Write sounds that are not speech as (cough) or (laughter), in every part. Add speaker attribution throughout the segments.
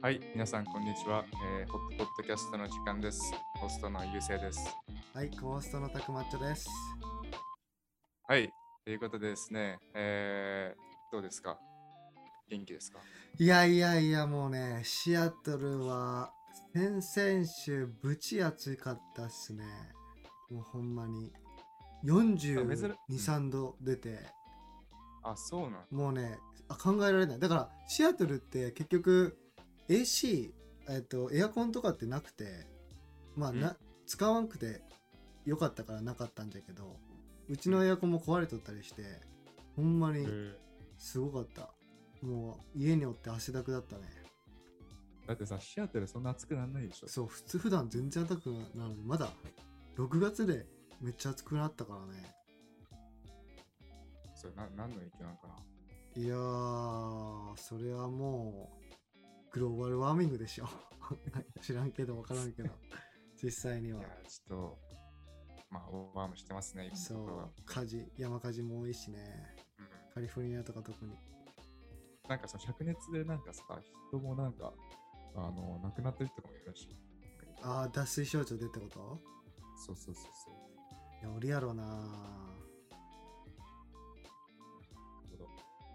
Speaker 1: はい、皆さん、こんにちは、えーホットポッドキャストの時間です。ホストのゆうせいです。
Speaker 2: はい、コーストのたくまっちょです。
Speaker 1: はい、ということでですね、えー、どうですか元気ですか
Speaker 2: いやいやいや、もうね、シアトルは先々週、ぶち暑かったっすね。もうほんまに。
Speaker 1: あ珍
Speaker 2: 42、
Speaker 1: うん
Speaker 2: 3度出て、
Speaker 1: あ、そうなん。
Speaker 2: もうねあ、考えられない。だから、シアトルって結局、AC、えっと、エアコンとかってなくて、まあ
Speaker 1: うん
Speaker 2: な、使わんくてよかったからなかったんじゃけど、うちのエアコンも壊れとったりして、ほんまに。すごかった。もう家におって汗だくだったね。
Speaker 1: だってさ、シアトルそんな暑くならないでしょ
Speaker 2: そう、普通普段全然暖かくなのに、まだ6月でめっちゃ暑くなったからね。
Speaker 1: それな何の影響なのかない
Speaker 2: やー、それはもうグローバルワーミングでしょ。 (laughs) 知らんけど分からんけど、実際に
Speaker 1: い
Speaker 2: は
Speaker 1: や。、ちょっと、まあ、オーバーもしてますね、今
Speaker 2: そ
Speaker 1: のところ
Speaker 2: う
Speaker 1: は、
Speaker 2: 火事、山火事も多いしね。
Speaker 1: うん
Speaker 2: カリフォルニアとか特に。
Speaker 1: なんかその灼熱でなんかさ、人もなんか、あの、亡くなった人とかもいるらしい。
Speaker 2: あー、脱水症状出ってこと
Speaker 1: そうそうそうそう。
Speaker 2: いや、おりやろな
Speaker 1: なるほど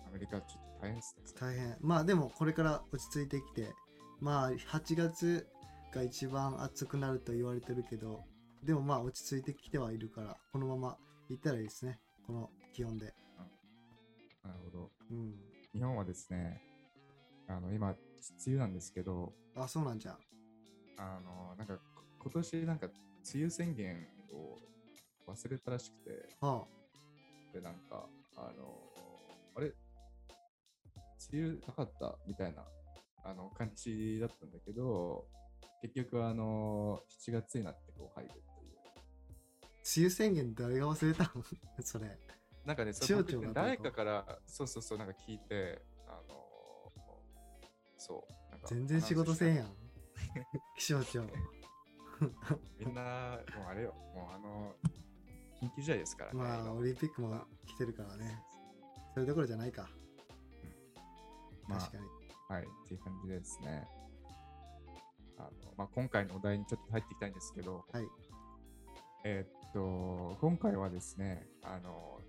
Speaker 1: アメリカちょっと大変ですね。
Speaker 2: 大変まあでもこれから落ち着いてきてまあ8月が一番暑くなると言われてるけどでもまあ落ち着いてきてはいるからこのまま行ったらいいですねこの気温で
Speaker 1: なるほど。
Speaker 2: うん
Speaker 1: 日本はですね、あの、今、梅雨なんですけど、
Speaker 2: あそうなんじゃ
Speaker 1: あの、なんか、こ今年なんか、梅雨宣言を忘れたらしくて、
Speaker 2: は
Speaker 1: で、なんか、あの、あれ梅雨なかったみたいな、あの、感じだったんだけど、結局、あの、7月になってこう入るっていう。
Speaker 2: あ梅雨宣言誰が忘れたの (laughs) それ
Speaker 1: なんかね、
Speaker 2: 気
Speaker 1: そ
Speaker 2: 象
Speaker 1: う
Speaker 2: 庁が
Speaker 1: 誰
Speaker 2: ど
Speaker 1: か
Speaker 2: うこう
Speaker 1: から、そうそうそう、なんか聞いて、あのそう。なんか
Speaker 2: 全然仕事せんや
Speaker 1: ん。
Speaker 2: ん気象庁
Speaker 1: みんな、もうあれよ、もうあの、緊急事態ですからね。
Speaker 2: まあ
Speaker 1: 今
Speaker 2: オリンピックも来てるからねそれどころじゃないか
Speaker 1: まあ
Speaker 2: 確かに、
Speaker 1: はい、っていう感じですね。あのまあ、今回のお題にちょっと入っていきたいんですけど、
Speaker 2: はい
Speaker 1: えーっと、今回はですね、あの、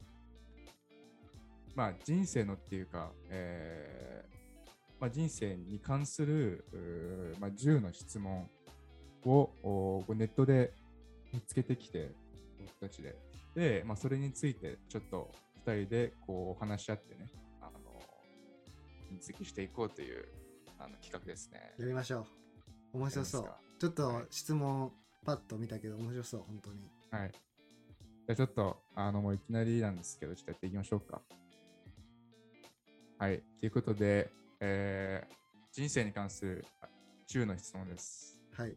Speaker 1: まあ、人生のっていうか、えーまあ、人生に関する、うーまあ、10の質問をおこうネットで見つけてきて、僕たちで。で、まあ、それについて、ちょっと2人でこう話し合ってね、あの、分析していこうというあの企画ですね。
Speaker 2: やりましょう面白そ
Speaker 1: や
Speaker 2: う
Speaker 1: りますか
Speaker 2: ちょっと
Speaker 1: はい
Speaker 2: 質問パッと見たけど面白そう本当に
Speaker 1: はい。じゃあちょっと、あの、もういきなりなんですけど、ちょっとやっていきましょうか。はい。ということで、えー人生に関するあ10の質問です。
Speaker 2: はい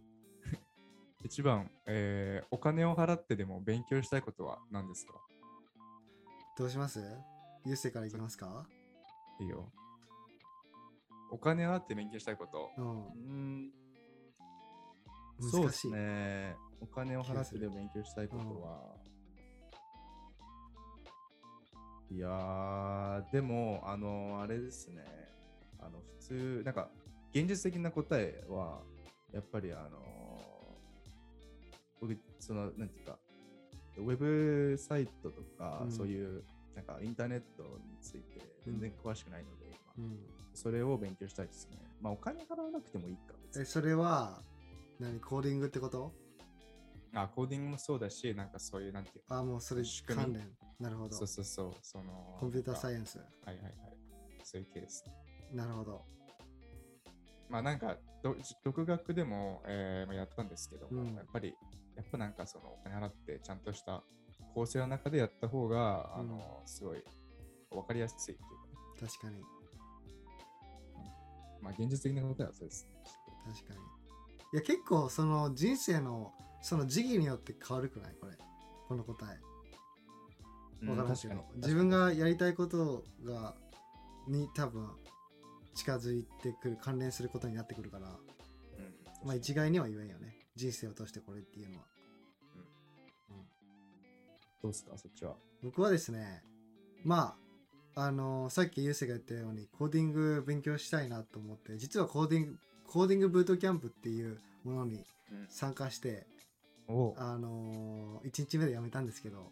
Speaker 1: 1番、えーお金を払ってでも勉強したいことは何ですか
Speaker 2: どうしますゆうせいからいきますか
Speaker 1: いいよ。お金を払って勉強したいこと。
Speaker 2: うん
Speaker 1: うん、
Speaker 2: 難しい
Speaker 1: そうですね。お金を払ってで
Speaker 2: 気がする
Speaker 1: 勉強したいことは。いやー、でも、あの、あれですね。あの、普通、なんか、現実的な答えは、やっぱり、あの僕、その、なんていうか、ウェブサイトとか、
Speaker 2: うん
Speaker 1: そういう、なんか、インターネットについて、全然詳しくないので、今
Speaker 2: うん、
Speaker 1: それを勉強したいですね。まあ、お金払わなくてもいいか。別に
Speaker 2: えそれは何コーディングってこと
Speaker 1: あ、コーディングもそうだし、なんかそういう、なんていう
Speaker 2: あもうそれ
Speaker 1: 仕組み
Speaker 2: 関連なるほ
Speaker 1: の
Speaker 2: ど
Speaker 1: そうそうそう、その、
Speaker 2: コンピューターサイ
Speaker 1: イ
Speaker 2: エンス
Speaker 1: はいはいはい。そういうケース。
Speaker 2: なるほど
Speaker 1: まあなんか、ど独学でも、えーまあやったんですけども、
Speaker 2: うん
Speaker 1: やっぱり、やっぱなんかそのお金払ってちゃんとした構成の中でやった方が、あの、すごい分かりやすいっていうかね。
Speaker 2: 確かに
Speaker 1: まあ現実的なことはそうですね。
Speaker 2: 確かにいや結構その人生のその時期によって変わるくないこれこの答えわからんけど、自分がやりたいことがに多分近づいてくる関連することになってくるからまあ一概には言えんよね人生を通してこれっていうのは、うん
Speaker 1: どうですか、そっちは。
Speaker 2: 僕はですねまああのさっきゆうせが言ったようにコーディング勉強したいなと思って実はコーディングコーディングブートキャンプっていうものに
Speaker 1: うん
Speaker 2: 参加して、
Speaker 1: おう
Speaker 2: あの1日目でやめたんですけど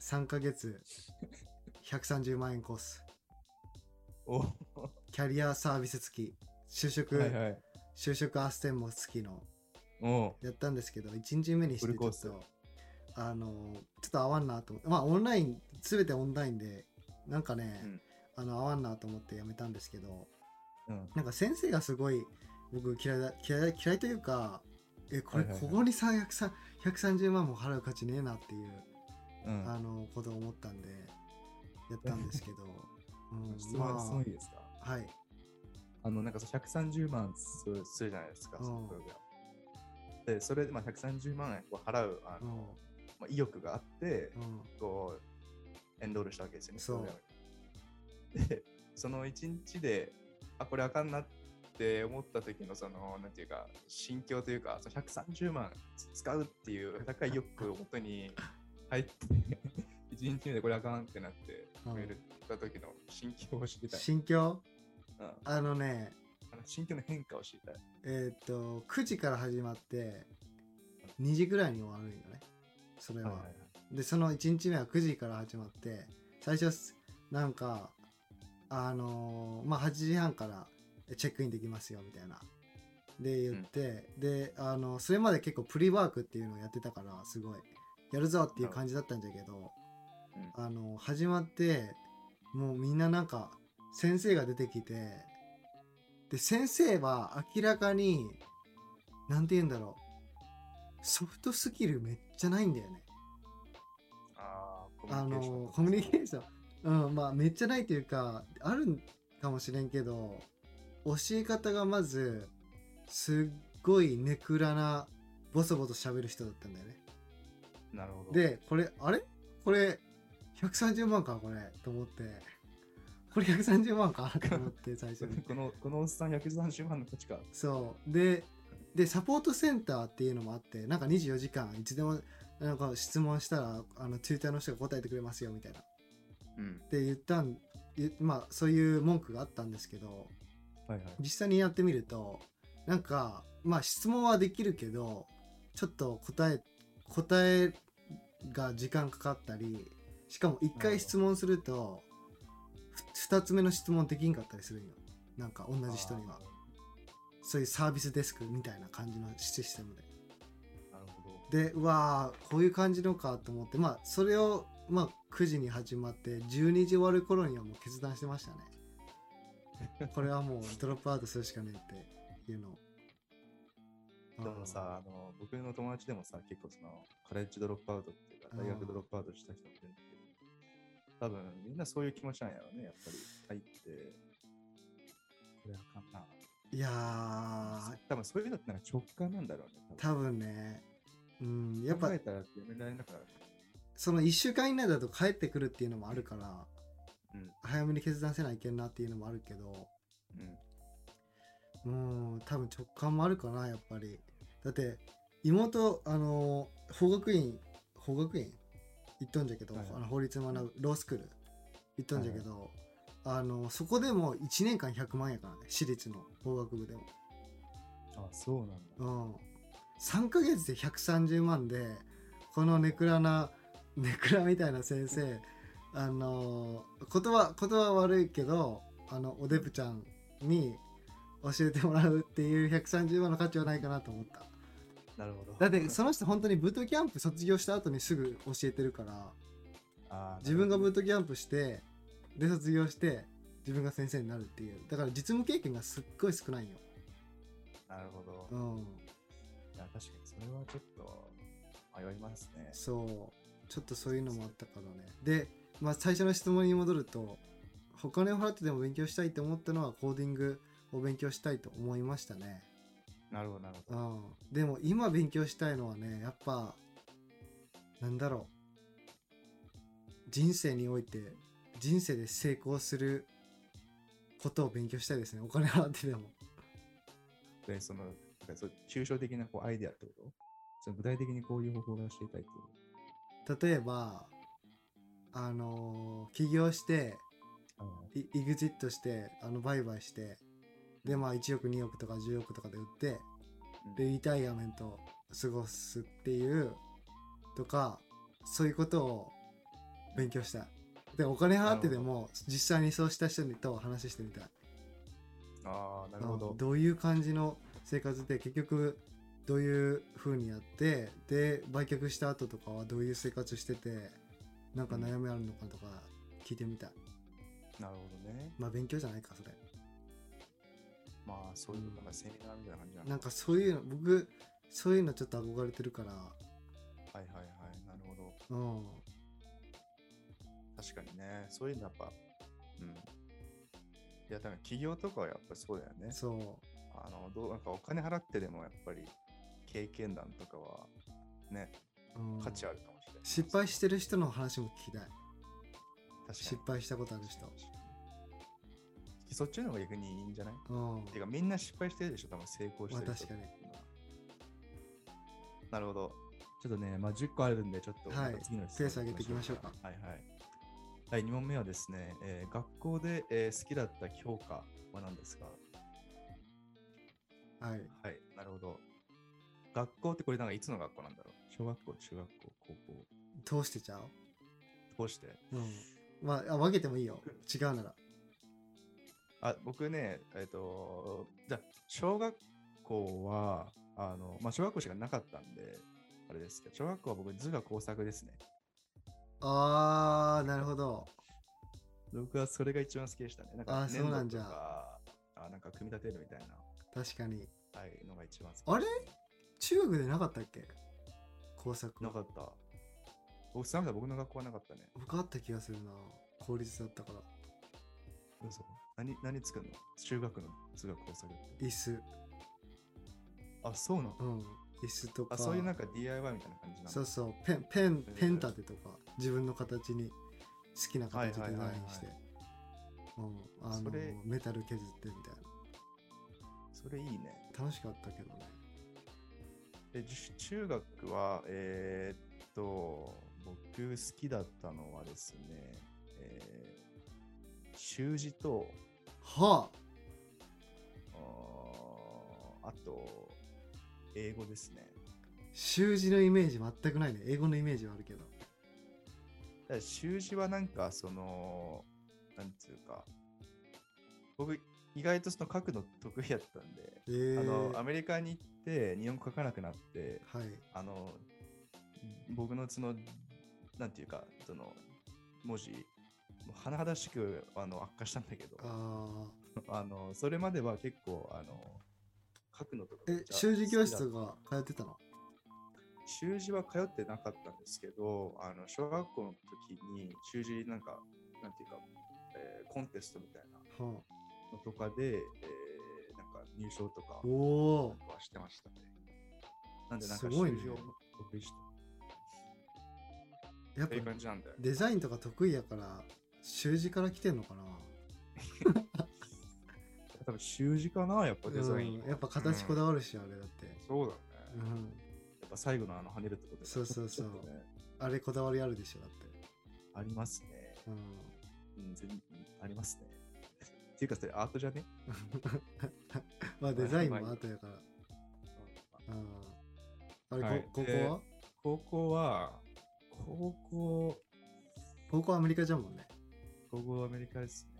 Speaker 2: 3ヶ月130万円コース
Speaker 1: おう
Speaker 2: キャリアサービス付き就職、
Speaker 1: はいはい。
Speaker 2: 就職斡旋も付きの
Speaker 1: おう
Speaker 2: やったんですけど1日目にして
Speaker 1: フ
Speaker 2: ち
Speaker 1: ルコ
Speaker 2: ょ
Speaker 1: ー
Speaker 2: っ
Speaker 1: ス
Speaker 2: とあのちょっと合わんなと思ってまあオンライン全てオンラインでなんかね、
Speaker 1: うん
Speaker 2: あの合わんなと思ってやめたんですけど
Speaker 1: うん。
Speaker 2: なんか先生がすごい僕嫌いだ嫌い嫌いというかえこれ
Speaker 1: はいはいはい
Speaker 2: ここにさ100 130万も払う価値ねえなっていう、
Speaker 1: うん。
Speaker 2: あのことを思ったんでやったんです
Speaker 1: (laughs)
Speaker 2: けど、うん、
Speaker 1: 質問、質問いい
Speaker 2: ま
Speaker 1: ですか
Speaker 2: あはい
Speaker 1: あの、なんかそう130万するするじゃないですか、
Speaker 2: うん
Speaker 1: そのプログラム。で、それでまあ130万円を払うあ
Speaker 2: う
Speaker 1: の、
Speaker 2: ん
Speaker 1: まあ、意欲があって、
Speaker 2: うん
Speaker 1: こう、エンロールしたわけですよね、
Speaker 2: そう
Speaker 1: プログラムにで、その1日で、あ、これあかんなって思った時の、その、なんていうか、心境というか、その130万使うっていう高い意欲をもとに入って、1日目でこれあかんってなって、
Speaker 2: うん
Speaker 1: メールった時の心境を知りたい。
Speaker 2: 心境
Speaker 1: うん
Speaker 2: あのね
Speaker 1: あの心境の変化を知りたい。
Speaker 2: えーっと9時から始まって2時ぐらいに終わるんよねそれは,、
Speaker 1: はいはいはい
Speaker 2: でその1日目は9時から始まって最初すなんかあのーまあ8時半からチェックインできますよみたいなで言って、であのそれまで結構プリワークっていうのをやってたからすごいやるぞっていう感じだったんだけど、
Speaker 1: う
Speaker 2: あの始まってもうみんななんか先生が出てきてで先生は明らかになんて言うんだろうソフトスキルめっちゃないんだよね
Speaker 1: あー
Speaker 2: あのコ
Speaker 1: コミュ
Speaker 2: ミュ
Speaker 1: ニケ
Speaker 2: ニケ
Speaker 1: ー
Speaker 2: ー
Speaker 1: シ
Speaker 2: ション、うん、まあめっちゃないというかあるんかもしれんけど教え方がまずすっごいネクラなボソボソ喋る人だったんだよね
Speaker 1: ョン。なるほど。、
Speaker 2: でこれあれこれ130万かこれと思ってこれ130万かと思って最初
Speaker 1: (laughs)
Speaker 2: に
Speaker 1: この、このおっさん130万の価値か。
Speaker 2: そうででサポートセンターっていうのもあってなんか24時間いつでもなんか質問したらあのツイッターの人が答えてくれますよみたいな
Speaker 1: うん。
Speaker 2: って言ったん言まあそういう文句があったんですけど
Speaker 1: はいはい。
Speaker 2: 実際にやってみるとなんかまあ質問はできるけどちょっと答え答えが時間かかったりしかも1
Speaker 1: なるほど
Speaker 2: 回質問すると2つ目の質問できんかったりするんよなんか同じ人にはそういうサービスデスクみたいな感じのシステムで
Speaker 1: あー。なるほど。
Speaker 2: でうわーこういう感じのかと思ってまあそれを、まあ、9時に始まって12時終わる頃にはもう決断してました
Speaker 1: (laughs)
Speaker 2: ねこれはもうドロップアウトするしかねえっていうのを
Speaker 1: でもさ、あの、僕の友達でもさ、結構その、カレッジドロップアウトっていうか、大
Speaker 2: あー
Speaker 1: 学ドロップアウトした人もいるんだけど、多分みんなそういう気持ちなんやろね、やっぱり。入って、これあかんな。
Speaker 2: いやー
Speaker 1: 多分そういうのってなんか直感なんだろうね。
Speaker 2: 多分ねうんやっ
Speaker 1: 考
Speaker 2: ぱ
Speaker 1: えたらやめられなくなる。
Speaker 2: その1週間以内だと帰ってくるっていうのもあるから、
Speaker 1: うん
Speaker 2: 早めに決断せないけんなっていうのもあるけど
Speaker 1: うん。
Speaker 2: うん多分直感もあるかなやっぱりだって妹あの法学院法学院行っとんじゃけど、
Speaker 1: はいはい
Speaker 2: あの法律学ぶロースクール行っとんじゃけど、あのそこでも1年間100万やからね私立の法学部で
Speaker 1: あ、そうなんだ。
Speaker 2: も、うん、3ヶ月で130万でこのネクラな (laughs) ネクラみたいな先生あの言葉言葉は悪いけどあのおデブちゃんに教えてもらうっていう130万の価値はないかなと思った
Speaker 1: なるほど。
Speaker 2: だってその人本当にブートキャンプ卒業した後にすぐ教えてるから
Speaker 1: あー
Speaker 2: 自分がブー
Speaker 1: なる
Speaker 2: トキャンプしてで卒業して自分が先生になるっていうだから実務経験がすっごい少ないよ
Speaker 1: ほどなるほど。
Speaker 2: うん
Speaker 1: いや、確かにそれはちょっと迷いますね。
Speaker 2: そうちょっとそういうのもあったからねで、まあ、最初の質問に戻るとお金を払ってでも勉強したいと思ったのはコーディングを勉強したいと思いましたね
Speaker 1: なるほど、なるほ
Speaker 2: う
Speaker 1: ど。
Speaker 2: んでも今勉強したいのはねやっぱなんだろう人生において人生で成功することを勉強したいですねお金払ってでも
Speaker 1: で、その、なんかそう抽象的なこうアイデアってことその具体的にこういう方法が知りたいってこ
Speaker 2: 例えばあのー起業してイ EXIT してあの売買してでまあ1億2億とか10億とかで売ってでリタイアメントを過ごすっていうとかそういうことを勉強したいでお金払ってでも実際にそうした人とお話ししてみたい
Speaker 1: ああ、なるほ
Speaker 2: う
Speaker 1: ど
Speaker 2: ん。ういう感じの生活で結局どういう風にやってで売却した後とかはどういう生活しててなんか悩みあるのかとか聞いてみたい
Speaker 1: なるほどね。
Speaker 2: まあ勉強じゃないかそれ
Speaker 1: まあ、そういう、なんかセミナーみたいな感じなの
Speaker 2: なんかそういうの僕そういうのちょっと憧れてるから
Speaker 1: はいはいはい。なるほど。
Speaker 2: うん
Speaker 1: 確かにね。そういうのやっぱ、うん。いや、だから企業とかはやっぱりそうだよね。
Speaker 2: そ
Speaker 1: あの、どう、なんかお金払ってでもやっぱり、経験談とかは、ね、
Speaker 2: う、うん、
Speaker 1: 価値あるかもしれない。
Speaker 2: 失敗してる人の話も聞きたい
Speaker 1: 確かに
Speaker 2: 失敗したことある人
Speaker 1: そっちの方が逆にいいんじゃない
Speaker 2: うん
Speaker 1: てかみんな失敗してるでしょ多分成功してる人
Speaker 2: まあ確かに
Speaker 1: なるほどちょっとね、まあ、10個あるんでちょっと
Speaker 2: はい
Speaker 1: また次の質
Speaker 2: ペ
Speaker 1: 問
Speaker 2: ース上げていきましょうか
Speaker 1: はいはい第2問目はですね、えー学校で、えー好きだった教科は何ですか
Speaker 2: はい
Speaker 1: はいなるほど学校ってこれなんかいつの学校なんだろう小学校中学校
Speaker 2: 通してちゃう
Speaker 1: 高校通して
Speaker 2: うんまああ分けてもいいよ違うなら
Speaker 1: あ僕ね、えっ、と、じゃあ小学校は、あの、まあ、小学校しかなかったんで、あれですけど、小学校は僕、図画工作ですね。
Speaker 2: あーなるほど
Speaker 1: 僕はそれが一番好きでしたね。なん
Speaker 2: あ
Speaker 1: か
Speaker 2: ーそうなんじゃ
Speaker 1: 粘土とかあ、なんか組み立てるみたいな、
Speaker 2: 確かに
Speaker 1: はい、のが一番好き。
Speaker 2: あれ中学でなかったっけ工作
Speaker 1: なかった。僕、サムさん、僕の学校はなかったね。
Speaker 2: 僕あった気がするな公立だったから
Speaker 1: 嘘。何、何作るの中学の図画工作って。
Speaker 2: 椅子
Speaker 1: あ、そうなの
Speaker 2: うん椅子とか
Speaker 1: あ、そういうなんか DIY みたいな感じなの
Speaker 2: そうそうペンペン
Speaker 1: えー
Speaker 2: ペン立てとか自分の形に好きな形で
Speaker 1: はい
Speaker 2: デ
Speaker 1: はい
Speaker 2: ザ
Speaker 1: はいはい
Speaker 2: インしてうんあ
Speaker 1: そ
Speaker 2: の
Speaker 1: れ
Speaker 2: メタル削ってみたいな
Speaker 1: それいいね。
Speaker 2: 楽しかったけどね
Speaker 1: でじゅ中学は、えーっと、僕好きだったのはですね、えー習字と、
Speaker 2: はあ
Speaker 1: あーあと、英語ですね。
Speaker 2: 習字のイメージ全くないね英語のイメージはあるけど
Speaker 1: だから習字はなんか、その、なんつうか、僕、意外とその書くの得意やったんで、
Speaker 2: えー、
Speaker 1: あの、アメリカに行って、日本語書かなくなって、
Speaker 2: はい
Speaker 1: あの、僕のその、なんていうか、その、文字、もう甚だしくあの悪化したんだけど、あ
Speaker 2: あ
Speaker 1: の、それまでは結構、あの、書くのとか
Speaker 2: ー
Speaker 1: めっ
Speaker 2: え
Speaker 1: ちゃ
Speaker 2: 習字教
Speaker 1: 好
Speaker 2: 室
Speaker 1: きだ
Speaker 2: が通ってたの
Speaker 1: 習字は通ってなかったんですけど、あの、小学校の時に習字なんか、なんていうか、えーコンテストみたいな
Speaker 2: は
Speaker 1: のとかで、えーなんか入賞とか
Speaker 2: あ、おお
Speaker 1: はしてましたね。なんで、なん
Speaker 2: す
Speaker 1: か
Speaker 2: ごい
Speaker 1: 習
Speaker 2: ね
Speaker 1: 字を得意した。
Speaker 2: やっ
Speaker 1: っていう
Speaker 2: ぱ
Speaker 1: 感じなんだよ。
Speaker 2: デザインとか得意やから習字から来てんのかな
Speaker 1: 多分習字かなやっぱデザインは、
Speaker 2: うんやっぱ形こだわるし、あれだって、
Speaker 1: うんそうだね、
Speaker 2: う
Speaker 1: や
Speaker 2: ん、
Speaker 1: っぱ最後のあの跳ねるってこと
Speaker 2: そうそうそう
Speaker 1: ちょっとね
Speaker 2: あれこだわりあるでしょだって、
Speaker 1: ありますね、
Speaker 2: うん、
Speaker 1: うん、全然ありますね (laughs) っていうかそれアートじゃね
Speaker 2: まあデザインも後やから、うん、あれ、
Speaker 1: はい
Speaker 2: こ高校は、
Speaker 1: 高校は高校
Speaker 2: 高校はアメリカじゃもんね
Speaker 1: 高校アメリカですね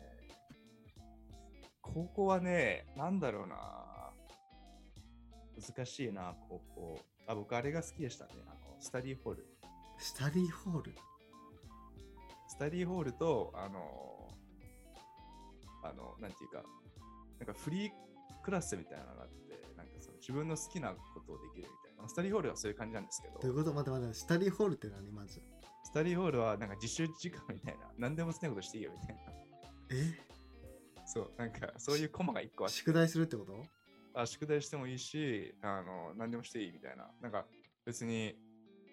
Speaker 1: 高校はねなんだろうな難しいな高校あ僕あれが好きでしたねあのスタディーホール
Speaker 2: スタディーホール
Speaker 1: スタディーホールと、あのー、あの、なんていうか、なんかフリークラスみたいなのがあって、なんかその自分の好きなことをできるみたいな。スタディーホールはそういう感じなんですけ
Speaker 2: どうい
Speaker 1: ど
Speaker 2: う、こと待って待ってスタディーホールって何まず
Speaker 1: スタディーホールはなんか自習時間みたいな、何でも好きなことしていいよみたい
Speaker 2: え
Speaker 1: な。 (laughs) そう、なんかそういうコマが一個あって
Speaker 2: 宿題するってこと
Speaker 1: あ宿題してもいいし、あの、何でもしていいみたいな。なんか別に、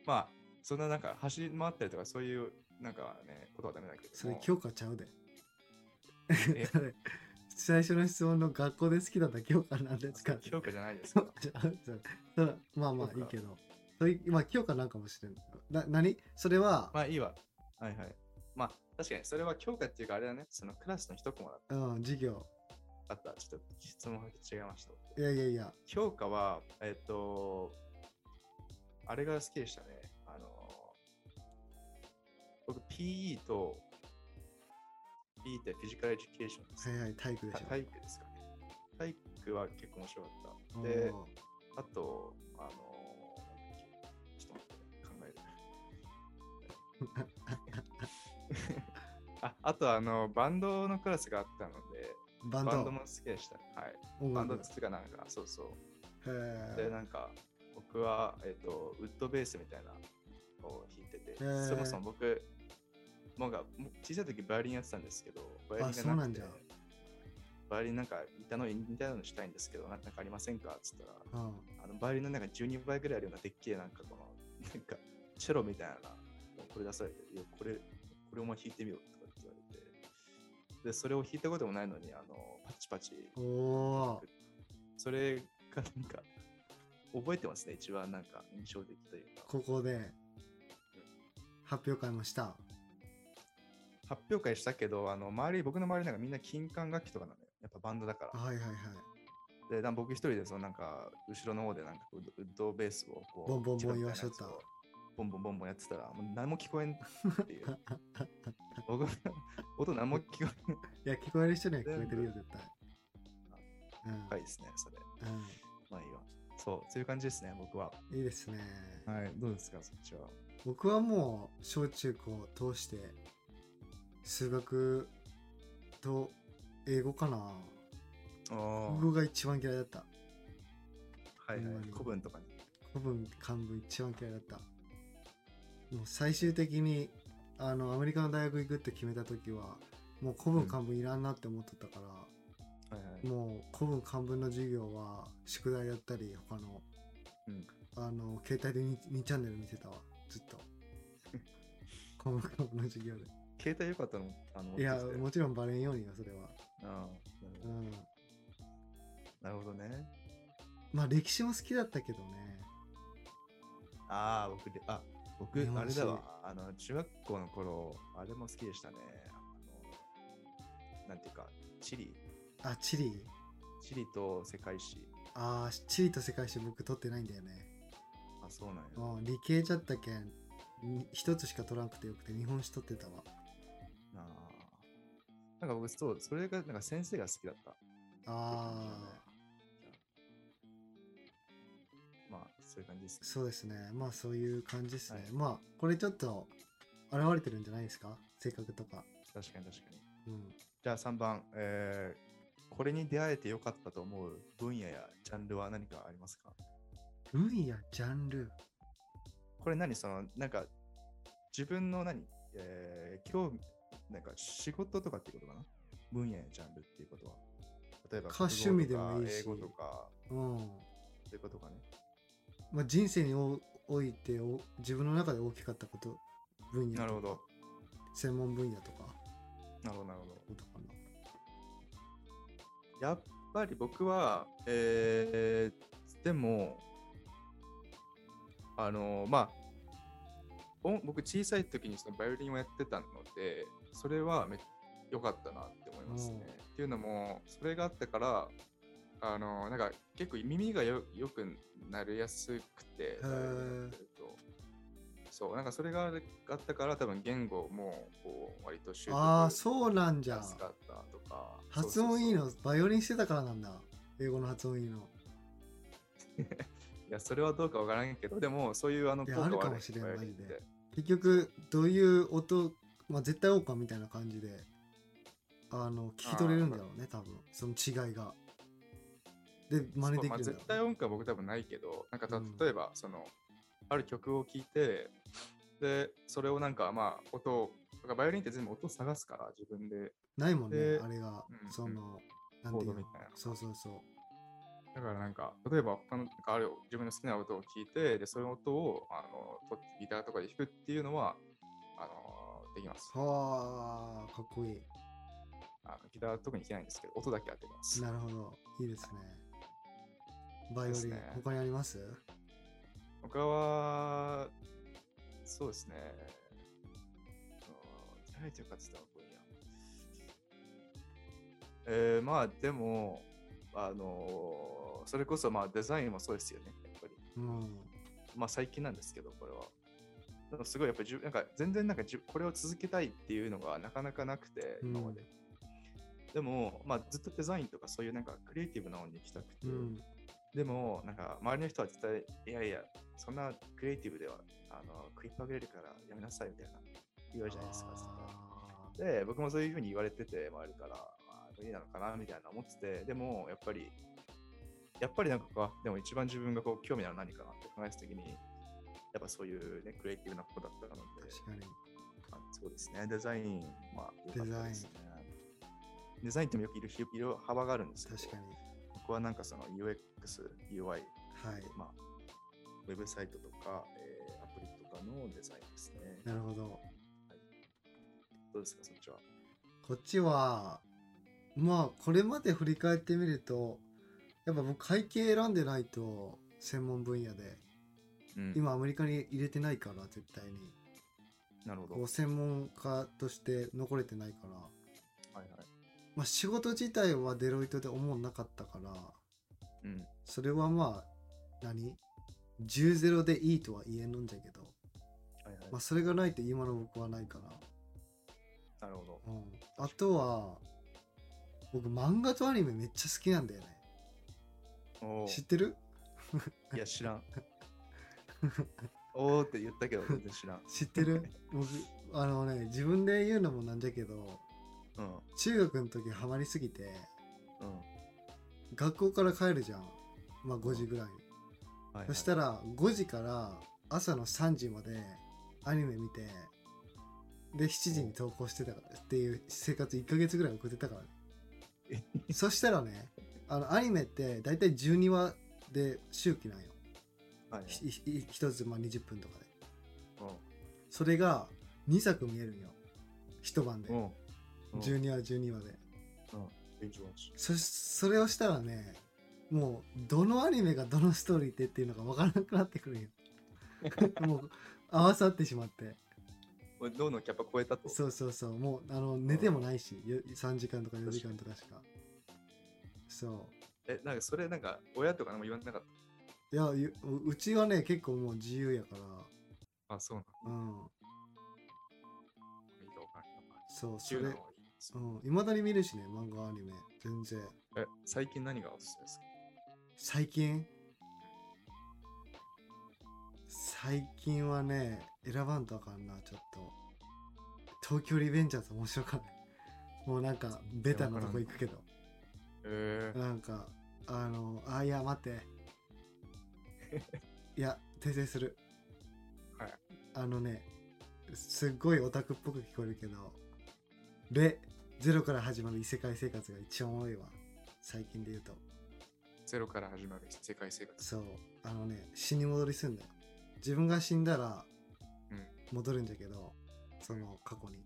Speaker 1: まあ、そんななんか走り回ったりとかそういうなんかね、ことはダメだけども。
Speaker 2: それ教科ちゃうで
Speaker 1: え
Speaker 2: (laughs) あれ最初の質問の学校で好きだった教科なんですか
Speaker 1: 教科じゃないです
Speaker 2: そ
Speaker 1: か
Speaker 2: う。じゃあそうそうまあまあいいけどそれまあ今日かなんかもしれんな何それは、
Speaker 1: まあいいわ。はいはい。まあ確かにそれは教科っていうかあれだね、そのクラスの一コマだっ
Speaker 2: うん授業
Speaker 1: たあった。ちょっと質問が違いました。
Speaker 2: いやいやいや
Speaker 1: 教科は、えっ、と、あれが好きでしたね。あの、僕 PE と、PE ってフィジカルエデュケーションです
Speaker 2: は
Speaker 1: ね
Speaker 2: いはい体育で
Speaker 1: た
Speaker 2: し
Speaker 1: 体育ですかね。体育は結構面白かった。
Speaker 2: ょ
Speaker 1: で、
Speaker 2: おー
Speaker 1: あと、あのーちょっと待って、考える。 (laughs) ああと、あの、バンドのクラスがあったので、
Speaker 2: バンド
Speaker 1: バンドも好きでした。はい。
Speaker 2: 音
Speaker 1: バンド
Speaker 2: 楽
Speaker 1: っつうかなんか、そうそう。
Speaker 2: へ
Speaker 1: で、
Speaker 2: え
Speaker 1: なんか、僕は、えっ、と、ウッドベースみたいなのを弾いてて、
Speaker 2: ー
Speaker 1: そもそも僕、なんか、もう小さい時バイオリンやってたんですけど、バイオリンがなくて
Speaker 2: あそうなんじゃ
Speaker 1: バイオリンなんか、板の、似たのにしたいんですけど、なんかありませんかっつったら、
Speaker 2: うん
Speaker 1: あのバイオリンのなんか12倍ぐらいあるようなでっけえなんかこのなんかチェロみたいなのがこれ出されていやこれこれお前弾いてみろとかって言われてでそれを弾いたこともないのにあのパチパチ
Speaker 2: おー
Speaker 1: それがなんか覚えてますね一番なんか印象的というか
Speaker 2: ここで発表会もした
Speaker 1: 発表会したけどあの周り僕の周りなんかみんな金管楽器とかなのよやっぱバンドだから
Speaker 2: はいはいはい
Speaker 1: でなんか僕一人でそのなんか後ろの方でなんかウッウッドベースをこう
Speaker 2: ボンボンボン
Speaker 1: チェロみいなやつ
Speaker 2: 言わしとった
Speaker 1: をボンボンボンボンやってたらもう何も聞こえんって
Speaker 2: (laughs)
Speaker 1: いう僕の音何も聞こえない
Speaker 2: いや聞こえる人には聞こえてるよ絶対うん、
Speaker 1: 深いですねそれ
Speaker 2: うん
Speaker 1: まあいいわそうそういう感じですね僕は、
Speaker 2: いいですね、
Speaker 3: はい、どうですか
Speaker 1: そっちは
Speaker 2: 僕はもう小中高通して数学と英語かな
Speaker 1: あ
Speaker 2: 国語が一番嫌いだった
Speaker 1: はいは
Speaker 2: う
Speaker 1: い
Speaker 2: ん
Speaker 1: 古文とかね
Speaker 2: 古文漢文一番嫌いだったもう最終的にあのアメリカの大学行くって決めた時はもう古文漢文いらんなって思ってたから、
Speaker 1: はいはい
Speaker 2: もう古文漢文の授業は宿題やったり他の,、
Speaker 1: うん
Speaker 2: あの携帯で 2, チャンネル見てたわずっ
Speaker 1: (laughs)
Speaker 2: と古文漢文の授業で
Speaker 1: 携帯良かったのあの
Speaker 2: いや
Speaker 1: 持ってきて
Speaker 2: もちろんバレんようによそれは、
Speaker 1: あーなる
Speaker 2: う
Speaker 1: ほど
Speaker 2: ん、
Speaker 1: なるほどね
Speaker 2: まあ歴史も好きだったけどね
Speaker 1: ああ僕であ僕
Speaker 2: 日本史
Speaker 1: あれだわあの中学校の頃あれも好きでしたねあのなんていうか地理
Speaker 2: あ地理
Speaker 1: 地理と世界史
Speaker 2: あー地理と世界史僕取ってないんだよね
Speaker 1: あそうなんや
Speaker 2: うん理系じゃったけんに一つしか取らなくてよくて日本史取ってたわ
Speaker 1: なあなんか僕そうそれがなんか先生が好きだった
Speaker 2: あ
Speaker 1: まあそういう感じです
Speaker 2: ーそうですねまあそういう感じですね、
Speaker 1: はい
Speaker 2: まあこれちょっと現れてるんじゃないですか性格とか
Speaker 1: 確かに確かに
Speaker 2: うん
Speaker 1: じゃあ3番、えーこれに出会えてよかったと思う分野やジャンルは何かありますか
Speaker 2: 分野ジャンル
Speaker 1: これ何そのなんか自分の何、えー興味なんか仕事とかってことかな分野やジャンルっていうことは例えば
Speaker 2: か
Speaker 1: 国語とか
Speaker 2: 趣味でもいいし
Speaker 1: 英語とか
Speaker 2: うん
Speaker 1: そういうことかね
Speaker 2: まあ人生におおいてお自分の中で大きかったこと分野と
Speaker 1: な
Speaker 2: か
Speaker 1: るほど
Speaker 2: 専門分野とか
Speaker 1: なるほどなるほど
Speaker 2: ことかな
Speaker 1: やっぱり僕は、えー、でも、あの、まあ、音僕小さい時にそのバイオリンをやってたので、それはめ良かったなって思いますね。っていうのも、それがあってから、あの、なんか結構耳がよよくなりやすくて、バイオリンやってるとそう、なんかそれがあったから、多分言語もこう割と習得
Speaker 2: ああそうなんじゃ
Speaker 1: 安かったとか。
Speaker 2: 発音いいのバイオリンしてたからなんだ英語の発音いいの
Speaker 1: いや、それはどうかわからんけど、でも、そういうあの
Speaker 2: いや
Speaker 1: は
Speaker 2: あるかも
Speaker 1: る
Speaker 2: しれん
Speaker 1: バイオ
Speaker 2: マ
Speaker 1: リン
Speaker 2: ジ
Speaker 1: っ
Speaker 2: で
Speaker 1: て
Speaker 2: 結局どういう音、まあ、絶対音感みたいな感じであの聞き取れるんだろうね多分その違いがで真似できるん
Speaker 1: まあ
Speaker 2: だろう、ね
Speaker 1: 絶対音感は僕多分ないけど、なんかた
Speaker 2: うん
Speaker 1: 例えば、その、ある曲を聴いて、で、それをなんか、まあ、音を、なんかバイオリンって全部音を探すから、自分で。
Speaker 2: ないもんね
Speaker 1: で
Speaker 2: あれが、
Speaker 1: うん
Speaker 2: そのなん
Speaker 1: コ
Speaker 2: てい
Speaker 1: ード
Speaker 2: うの
Speaker 1: みたいな
Speaker 2: そうそうそう
Speaker 1: だからなんか、例えば他の、なんかある自分の好きな音を聴いて、で、その音を、あの、とギターとかで弾くっていうのは、あの、できます。
Speaker 2: はあかっこいい
Speaker 1: あのギターは特に弾けないんですけど、音だけ当てます。
Speaker 2: なるほどいいですねバイオ
Speaker 1: です
Speaker 2: リン、
Speaker 1: ね
Speaker 2: 他にあります
Speaker 1: 他は、そうですね。あー誰とかって言ったらこれや。えー、まあでも、あのーそれこそまあデザインもそうですよね、やっぱり。
Speaker 2: うん
Speaker 1: まあ最近なんですけど、これは。でもすごいやっぱりじゅなんか全然なんかじゅこれを続けたいっていうのがなかなかなくて、今まで。でも、まあ、ずっとデザインとかそういうなんかクリエイティブな方に行きたくて、
Speaker 2: うん
Speaker 1: でも、なんか周りの人は絶対、いやいや、そんなクリエイティブではあの食いっぱぐれるからやめなさいみたいな言われるじゃないですか。
Speaker 2: あ
Speaker 1: で、僕もそういうふうに言われてて、周りから、まあ、無理なのかなみたいな思ってて、でも、やっぱり、やっぱりなんかこう、でも一番自分がこう興味のある何かなって考えたときに、やっぱそういうね、クリエイティブなことだったの
Speaker 2: ー
Speaker 1: で、
Speaker 2: 確かに
Speaker 1: あそうですね、デザイン、まあ、
Speaker 2: デザイン
Speaker 1: 良かったですねデザインってもよくいる色色幅があるんですけど、
Speaker 2: 確かに
Speaker 1: 僕はなんかその UX、UI、
Speaker 2: はい
Speaker 1: まあ、ウェブサイトとか、えーアプリとかのデザインですね。
Speaker 2: なるほど
Speaker 1: どうですか、そっちは。
Speaker 2: こっちはまあこれまで振り返ってみるとやっぱ僕会計選んでないと専門分野で
Speaker 1: うん、
Speaker 2: 今アメリカに入れてないから絶対に
Speaker 1: なるほど。
Speaker 2: こ
Speaker 1: は
Speaker 2: う専門家として残れてないから、
Speaker 1: いはい。
Speaker 2: まあ、仕事自体はデロイトで思うなかったから
Speaker 1: うん。
Speaker 2: それはまあ何 ?10-0 でいいとは言えんのんじゃけど、
Speaker 1: はいはい
Speaker 2: まあ、それがないと今の僕はないから
Speaker 1: なるほど。
Speaker 2: うん、あとは僕漫画とアニメめっちゃ好きなんだよね
Speaker 1: お
Speaker 2: 知っ
Speaker 1: ー
Speaker 2: てる
Speaker 1: いや、知ら
Speaker 2: (laughs)
Speaker 1: ん。おーって言ったけど、全然知らん。
Speaker 2: 知ってる僕あのね自分で言うのもなんじゃけど
Speaker 1: うん。
Speaker 2: 中学の時ハマりすぎて
Speaker 1: うん。
Speaker 2: 学校から帰るじゃんまあ5時ぐらい
Speaker 1: は
Speaker 2: に、
Speaker 1: い、はい。
Speaker 2: そしたら5時から朝の3時までアニメ見てで7時に投稿してたからっていう生活1ヶ月ぐらい送ってたからね (laughs) そしたらねあのアニメって大体12話で周期なんよ
Speaker 1: はいはい、
Speaker 2: ひひ一つまあ20分とかで
Speaker 1: う
Speaker 2: それが2作見えるんよ一晩で
Speaker 1: ん。うん。うん
Speaker 2: 12話12話で
Speaker 1: 勉強し
Speaker 2: そそれをしたらねもうどのアニメがどのストーリーでっていうのが分からなくなって
Speaker 1: (laughs)
Speaker 2: くるんよもう合わさってしまって
Speaker 1: おいどんどんキャパ超えたと。
Speaker 2: そうそうそうもうあの寝てもないしよ3時間とか4時間とかしかそ
Speaker 1: え、なんかそれなんか親とか何も言わなかっ
Speaker 2: ういやゆううちはね結構もう自由やか
Speaker 1: た。あ、そうな
Speaker 2: らうん
Speaker 1: の。いいかわかんない。
Speaker 2: そうそ
Speaker 1: 中
Speaker 2: れ
Speaker 1: の方がいいです
Speaker 2: う
Speaker 1: よ
Speaker 2: んいまだに見るしね漫画アニメ全然
Speaker 1: え、最近何がおすすめですか
Speaker 2: 最近最近はね選ばんとあかんなちょっと東京リベンジャーズ面白かないもうなんかベタなとこ行くけど
Speaker 1: えー、
Speaker 2: なんかあのあいや待っていや訂正する
Speaker 1: はい
Speaker 2: あのねすっごいオタクっぽく聞こえるけど「レ」ゼロから始まる異世界生活が一番多いわ最近で言うと
Speaker 1: ゼロから始まる世界生活。
Speaker 2: そうあのね死に戻りすんだよ自分が死んだら
Speaker 1: うん
Speaker 2: 戻るんだけど、その過去に、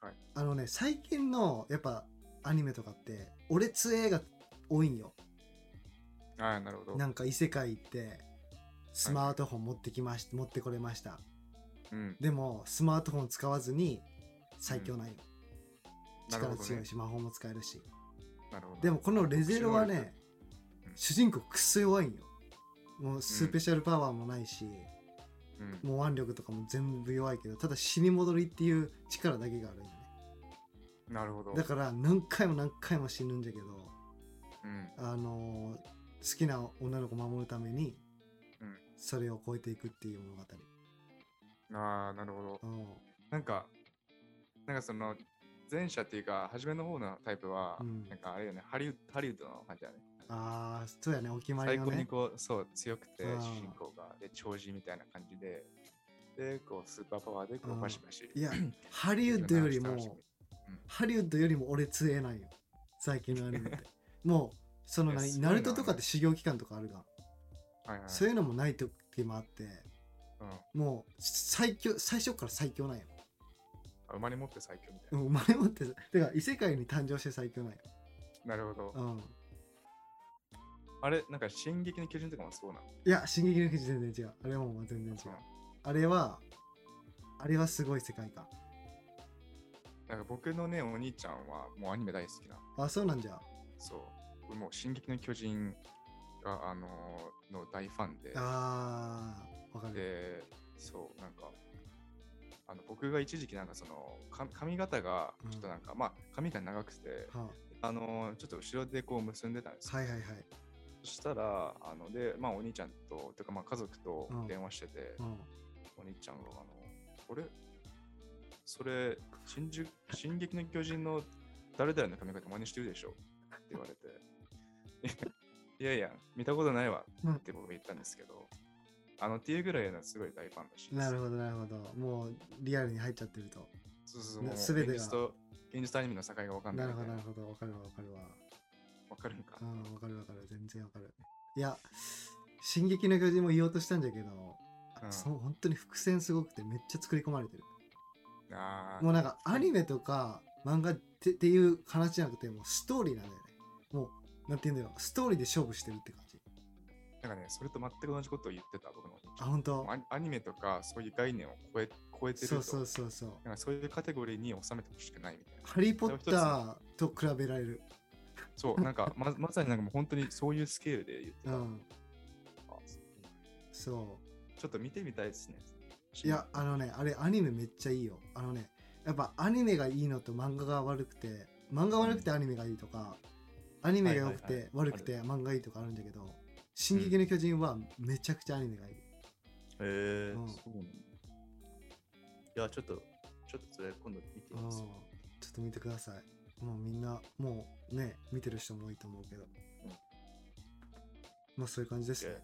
Speaker 1: はい
Speaker 2: あのね最近のやっぱアニメとかって「俺つえ」が多いんよ
Speaker 1: ああ、なるほど。
Speaker 2: なんか異世界行ってスマートフォン持ってきまし、持ってこれました
Speaker 1: うん。
Speaker 2: でもスマートフォン使わずに最強なんよ、
Speaker 1: なるほど
Speaker 2: 力強
Speaker 1: ね
Speaker 2: い。し魔法も使えるし
Speaker 1: なるほど。
Speaker 2: でもこのレゼロはね
Speaker 1: うん
Speaker 2: 主人公くっそ弱いんよもうスペシャルパワーもないし、
Speaker 1: うん、
Speaker 2: もう腕力とかも全部弱いけどただ死に戻りっていう力だけがあるんよね
Speaker 1: なるほど。
Speaker 2: だから何回も何回も死ぬんじゃけど
Speaker 1: うん、
Speaker 2: あのー好きな女の子を守るために
Speaker 1: うん
Speaker 2: それを超えていくっていう物語、
Speaker 1: ああ、なるほど。
Speaker 2: うん
Speaker 1: なんか、なんかその、前者っていうか、初めの方のタイプは、
Speaker 2: うん
Speaker 1: なんかあれよね、ハリウッドハリウッドの感じだね。
Speaker 2: ああそうやねお決まり
Speaker 1: 最
Speaker 2: の
Speaker 1: 高に
Speaker 2: ね
Speaker 1: こう、そう、強くて、
Speaker 2: うん
Speaker 1: 主人公が、で、長寿みたいな感じで、で、こう、スーパーパワーで、こ
Speaker 2: うん
Speaker 1: う、バシバシ。
Speaker 2: いやハリウッドよりもハリウッドよりも俺強えなんよ最近のアニ
Speaker 1: (laughs)
Speaker 2: メってもうその
Speaker 1: いや
Speaker 2: 何
Speaker 1: すごい
Speaker 2: ナ
Speaker 1: な
Speaker 2: ルトとかって修行期間とかあるが、
Speaker 1: はいはい。
Speaker 2: そういうのもない時もあって
Speaker 1: うん、あ
Speaker 2: もう最強最初から最強なんよ
Speaker 1: 生まれ持って最強みたい
Speaker 2: うん生まれ持ってだから異世界に誕生して最強なんよ
Speaker 1: な。なるほど。
Speaker 2: うん
Speaker 1: あれ、なんか、進撃の巨人とかもそうなの
Speaker 2: いや、進撃の巨人全然違う。あれはもう全然違う。あれは、あれはすごい世界観。
Speaker 1: なんか僕のね、お兄ちゃんはもうアニメ大好きなの
Speaker 2: あ、そうなんじゃ。
Speaker 1: そう。もう、進撃の巨人が、あのーの大ファンで、
Speaker 2: あー、わかる。
Speaker 1: で、そう、なんか、あの僕が一時期なんかそのか髪型がちょっとなんか、まあ髪が長くて
Speaker 2: は
Speaker 1: あのーちょっと後ろでこう結んでたんですよ
Speaker 2: あはいはいはい。
Speaker 1: そしたら、あの、で、まあ、お兄ちゃんと、てか、まあ、家族と
Speaker 2: うん
Speaker 1: 電話してて、
Speaker 2: うん。
Speaker 1: お兄ちゃんが、あの、これ、それ、新宿、進撃の巨人の誰々の髪型真似してるでしょって言われて、いやいや、見たことないわ
Speaker 2: うん
Speaker 1: って僕言ったんですけど、あの、っていうぐらいのすごい大ファンだし、
Speaker 2: なるほどなるほど。もうリアルに入っちゃってると。
Speaker 1: そうそうそう、
Speaker 2: ね
Speaker 1: もう
Speaker 2: 全てが
Speaker 1: 現実と、現実とアニメの境がわかんな
Speaker 2: ないる
Speaker 1: み
Speaker 2: ほ
Speaker 1: たいな。
Speaker 2: どなるほど。わかるわわかるわ。
Speaker 1: わかるんか
Speaker 2: う。ん、わかるわかる。全然わかる。いや、進撃の巨人も言おうとしたんだけど、
Speaker 1: うん
Speaker 2: その本当に伏線すごくてめっちゃ作り込まれてる。
Speaker 1: あ
Speaker 2: もうなんかアニメとか漫画ってっていう話じゃなくてもうストーリーなんだよね。もうなんていうんだろうストーリーで勝負してるって感じ。
Speaker 1: あ、なんかね、それと全く同じことを言ってた、僕のお兄ち
Speaker 2: あ
Speaker 1: ゃん。
Speaker 2: 本当
Speaker 1: もう。アニアニメとか、そういう概念を超え超えてる
Speaker 2: そ
Speaker 1: と
Speaker 2: うそうそうそう。
Speaker 1: なんかそういうカテゴリーに収めてほしくないみたいな。
Speaker 2: ハリー・ポッターと比べられる。
Speaker 1: そう、なんかままさになんかもう本当にそういうスケールで言って
Speaker 2: う
Speaker 1: た。
Speaker 2: ん。
Speaker 1: あそう
Speaker 2: そ
Speaker 1: ちょっと見てみたいですね。
Speaker 2: う。いや、あのね、あれアニメめっちゃいいよ。あのね、やっぱアニメがいいのと漫画が悪くて、漫画悪くてアニメがいいとか、アニメが良く
Speaker 1: はいは
Speaker 2: て
Speaker 1: いはい
Speaker 2: 悪くて漫画いいとかあるんだけど、進撃の巨人はめちゃくちゃアニメがいい。
Speaker 1: へえ
Speaker 2: うん
Speaker 1: うなんだいや、ちょっと、ちょっとそれ今度見て
Speaker 2: うんちょっと見てください。もうみんな、もうね、見てる人も多いと思うけど。まあそういう感じですね。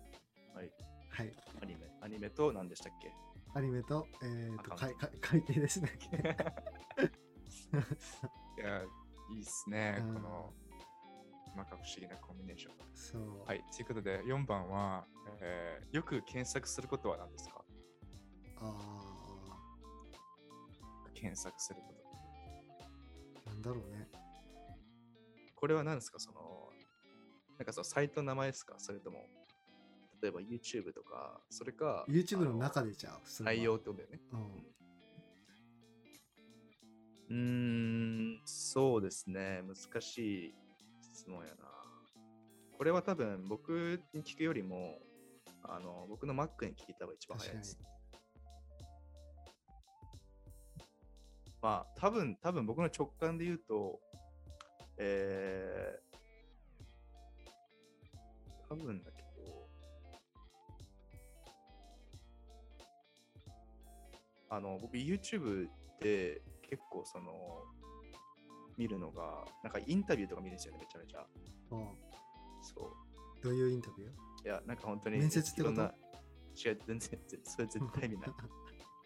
Speaker 1: はい、
Speaker 2: はい。
Speaker 1: アニメ。アニメと何でしたっけ
Speaker 2: アニメと、えー、と、
Speaker 1: あか
Speaker 2: か
Speaker 1: ん
Speaker 2: いか海底です
Speaker 1: (laughs)
Speaker 2: ね。
Speaker 1: いや、いいっすね。
Speaker 2: うん
Speaker 1: この、なんか不思議なコンビネーション。
Speaker 2: そう。
Speaker 1: はい、ということで、4番は、えーよく検索することは何ですか
Speaker 2: あ
Speaker 1: 検索すること。
Speaker 2: あ、なんだろうね。
Speaker 1: これは何ですかその、なんかそのサイトの名前ですかそれとも、例えば YouTube とか、それか、
Speaker 2: YouTube の
Speaker 1: あ
Speaker 2: 中でじゃあ、そ
Speaker 1: の
Speaker 2: れは
Speaker 1: 内容ってことだよね。
Speaker 2: うん。
Speaker 1: うーん、そうですね。難しい質問やな。これは多分僕に聞くよりも、あの、僕の Mac に聞いた方が一番早いです。まあ、多分、多分僕の直感で言うと、えー、多分だけど、あの、僕 YouTube で結構その、見るのが、なんかインタビューとか見るんですよね、めちゃめちゃ。
Speaker 2: うん
Speaker 1: そう。
Speaker 2: どういうインタビュー
Speaker 1: いや、なんか本当に。
Speaker 2: 面接ってこと
Speaker 1: いろんな違う、全然、全それ絶対見
Speaker 2: (laughs)
Speaker 1: ない。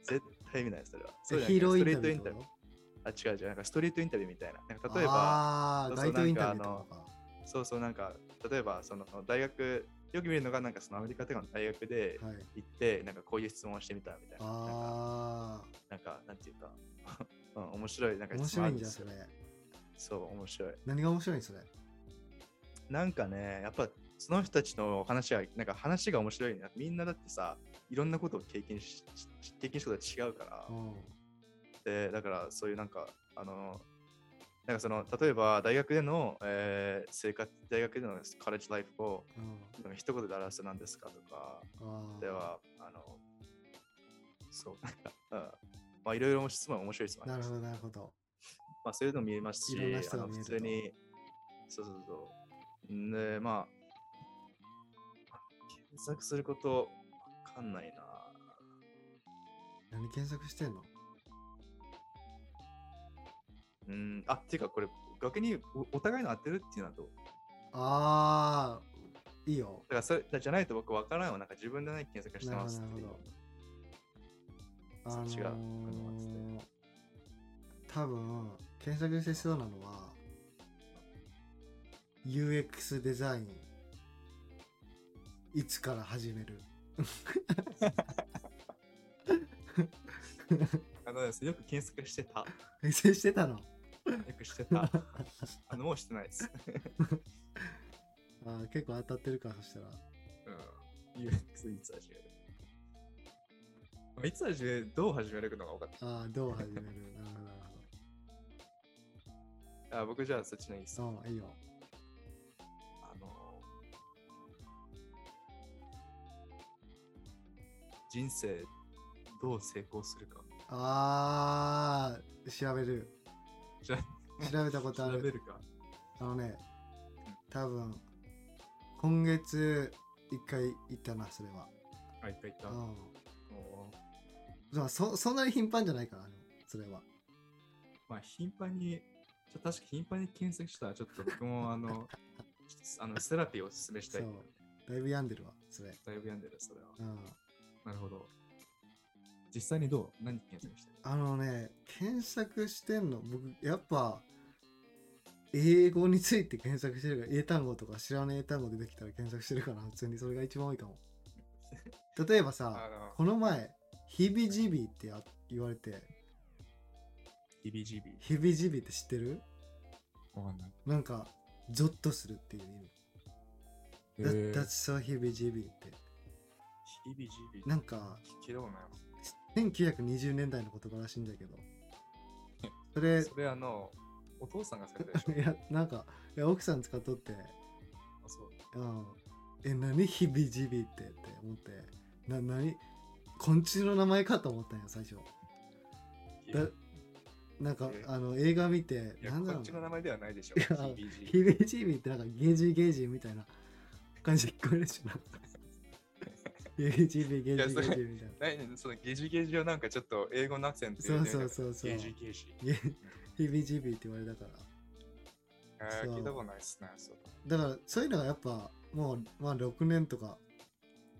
Speaker 1: 絶対見ない、それは。そ
Speaker 2: え
Speaker 1: うじゃな
Speaker 2: ヒーローイン
Speaker 1: いス
Speaker 2: タビ
Speaker 1: ト
Speaker 2: ュ
Speaker 1: リ
Speaker 2: ー
Speaker 1: ー
Speaker 2: っ
Speaker 1: ト
Speaker 2: て
Speaker 1: インタ
Speaker 2: こ
Speaker 1: ビ
Speaker 2: と
Speaker 1: ュー。あ、違う違う、なんかストリートインタビューみたいな。なんか例えば、
Speaker 2: ああ、
Speaker 1: そうそう
Speaker 2: 街頭インタビュー
Speaker 1: なんか
Speaker 2: とか。
Speaker 1: そうそう、なんか、例えば、その大学、よく見るのが、なんかそのアメリカとかの大学で
Speaker 2: はい。
Speaker 1: 行って、なんかこういう質問をしてみたみたいな。なんか、
Speaker 2: あ
Speaker 1: なんかなんていうか、 (laughs) うん、面白い、なん
Speaker 2: あ、
Speaker 1: か
Speaker 2: 面
Speaker 1: 質問あ
Speaker 2: 白い
Speaker 1: るん
Speaker 2: んじ
Speaker 1: で
Speaker 2: ゃん、
Speaker 1: す
Speaker 2: そ
Speaker 1: よ
Speaker 2: れ。。
Speaker 1: そう、面白い。
Speaker 2: 何が面白いんそれ。
Speaker 1: なんかね、やっぱその人たちの話は、なんか話が面白いね。みんなだってさ、いろんなことを経験し、し経験したことが違うから
Speaker 2: う、ん。
Speaker 1: で、だからそういうなんか、あの、なんかその、例えば大学での、えー生活、大学でのカレッジライフを、
Speaker 2: うん。
Speaker 1: なんか一言で表すと何ですかとか、
Speaker 2: ああ。
Speaker 1: では、あの、そう、なんか、うん、まあいろいろ質問面白い質問ありま
Speaker 2: なる
Speaker 1: す
Speaker 2: ほど、なるほど。
Speaker 1: まあ、そういうのも見えますし、
Speaker 2: いろんな人
Speaker 1: あ
Speaker 2: が
Speaker 1: の
Speaker 2: 見え
Speaker 1: 普
Speaker 2: ると
Speaker 1: 通に、そうそうそう。で、まあ、検索すること、わかんないな。
Speaker 2: 何検索してんの
Speaker 1: うん、あ、っていうか、これ、逆におお互いの当てるっていうのはどう
Speaker 2: ああ、いいよ。
Speaker 1: だからそれ、じゃないと僕わからんわ。なんか自分でない検索してますっていう
Speaker 2: なるほどなる。あ
Speaker 1: そ
Speaker 2: の
Speaker 1: っち
Speaker 2: ー
Speaker 1: があのつって
Speaker 2: 多分検索してそうなのは UX デザインいつから始める
Speaker 1: あのですよく検索して
Speaker 2: (laughs)
Speaker 1: た。よ
Speaker 2: えそれしてたの
Speaker 1: くしてた。あの、もうしてないです。
Speaker 2: (laughs) あー結構当たってるか、そしたら。
Speaker 1: うん。UX いつ始めるまあいつ始める、どう始めるのが分かっ
Speaker 2: ああ、どう始
Speaker 1: (laughs)
Speaker 2: めるなるほどなるほ
Speaker 1: た。あ僕じゃあそっちのいいです。
Speaker 2: ど。そう、いいよ。
Speaker 1: あの人生どう成功するか
Speaker 2: ああ、調べる。
Speaker 1: 調
Speaker 2: 調べたこと
Speaker 1: 調
Speaker 2: あ
Speaker 1: べ
Speaker 2: る。
Speaker 1: るか
Speaker 2: あのね、多分、今月一回行ったな、それは。
Speaker 1: あいっぱいいた
Speaker 2: うん。
Speaker 1: おー
Speaker 2: まあ、そそんなに頻繁じゃないから、でもそれは。
Speaker 1: まあ頻繁にちょ確か頻繁に検索したらちょっと僕もあ
Speaker 2: (laughs)
Speaker 1: のあのセラピーをおすすめしたい
Speaker 2: そうだいぶ病んでるわ、それ。
Speaker 1: だいぶ病んでるそれは
Speaker 2: うん。
Speaker 1: なるほど実際にどう何検索してる
Speaker 2: あのね、検索してんの、僕、やっぱ、英語について検索してるから、英単語とか知らない英単語出てきたら検索してるから、普通にそれが一番多いか
Speaker 1: (laughs)
Speaker 2: も。例えばさ、
Speaker 1: の
Speaker 2: この前、ヒビジビってあ言われて、
Speaker 1: EBGB
Speaker 2: ヒビジビって知ってる
Speaker 3: わかんない。
Speaker 2: なんか、ゾッとするっていう
Speaker 3: え
Speaker 2: 意味。
Speaker 3: ー
Speaker 2: That- That's so ヒビジビって。
Speaker 1: EBGB
Speaker 2: なんか、
Speaker 1: 聞けどうなよ
Speaker 2: 1920年代の言葉らしいんだけど。それ、 (laughs)
Speaker 1: それあのお父さんが使ってたでしょ
Speaker 2: いや、なんか、いや奥さん使っとって、
Speaker 1: あそう
Speaker 2: うん、え、何ヒビジビってって思って、な、何昆虫の名前かと思ったんよ、最初。だなんか
Speaker 1: え、
Speaker 2: あの、映画見て、
Speaker 1: いや、
Speaker 2: なんだ
Speaker 1: こ
Speaker 2: ろ
Speaker 1: っ
Speaker 2: う
Speaker 1: ち
Speaker 2: な
Speaker 1: の名前ではないでしょ。
Speaker 2: いや
Speaker 1: TBG
Speaker 2: ヒビジビってなんか、ゲージゲージみたいな感じで聞こえるし
Speaker 1: (laughs)
Speaker 2: な。ゲージビ、ゲー
Speaker 1: や
Speaker 2: ジ
Speaker 1: そ
Speaker 2: ゲ
Speaker 1: れ
Speaker 2: ージみたいな。
Speaker 1: ないねそのゲジゲジはなんかちょっと英語のアクセント
Speaker 2: そうそう
Speaker 1: う。
Speaker 2: そうそう
Speaker 1: ゲ。ジゲジ。
Speaker 2: ゲヒビジビって言われたから。
Speaker 1: あー
Speaker 2: そう
Speaker 1: 聞いたことないっすね。そう
Speaker 2: だから、そういうのがやっぱ、もう、まあ、6年とか、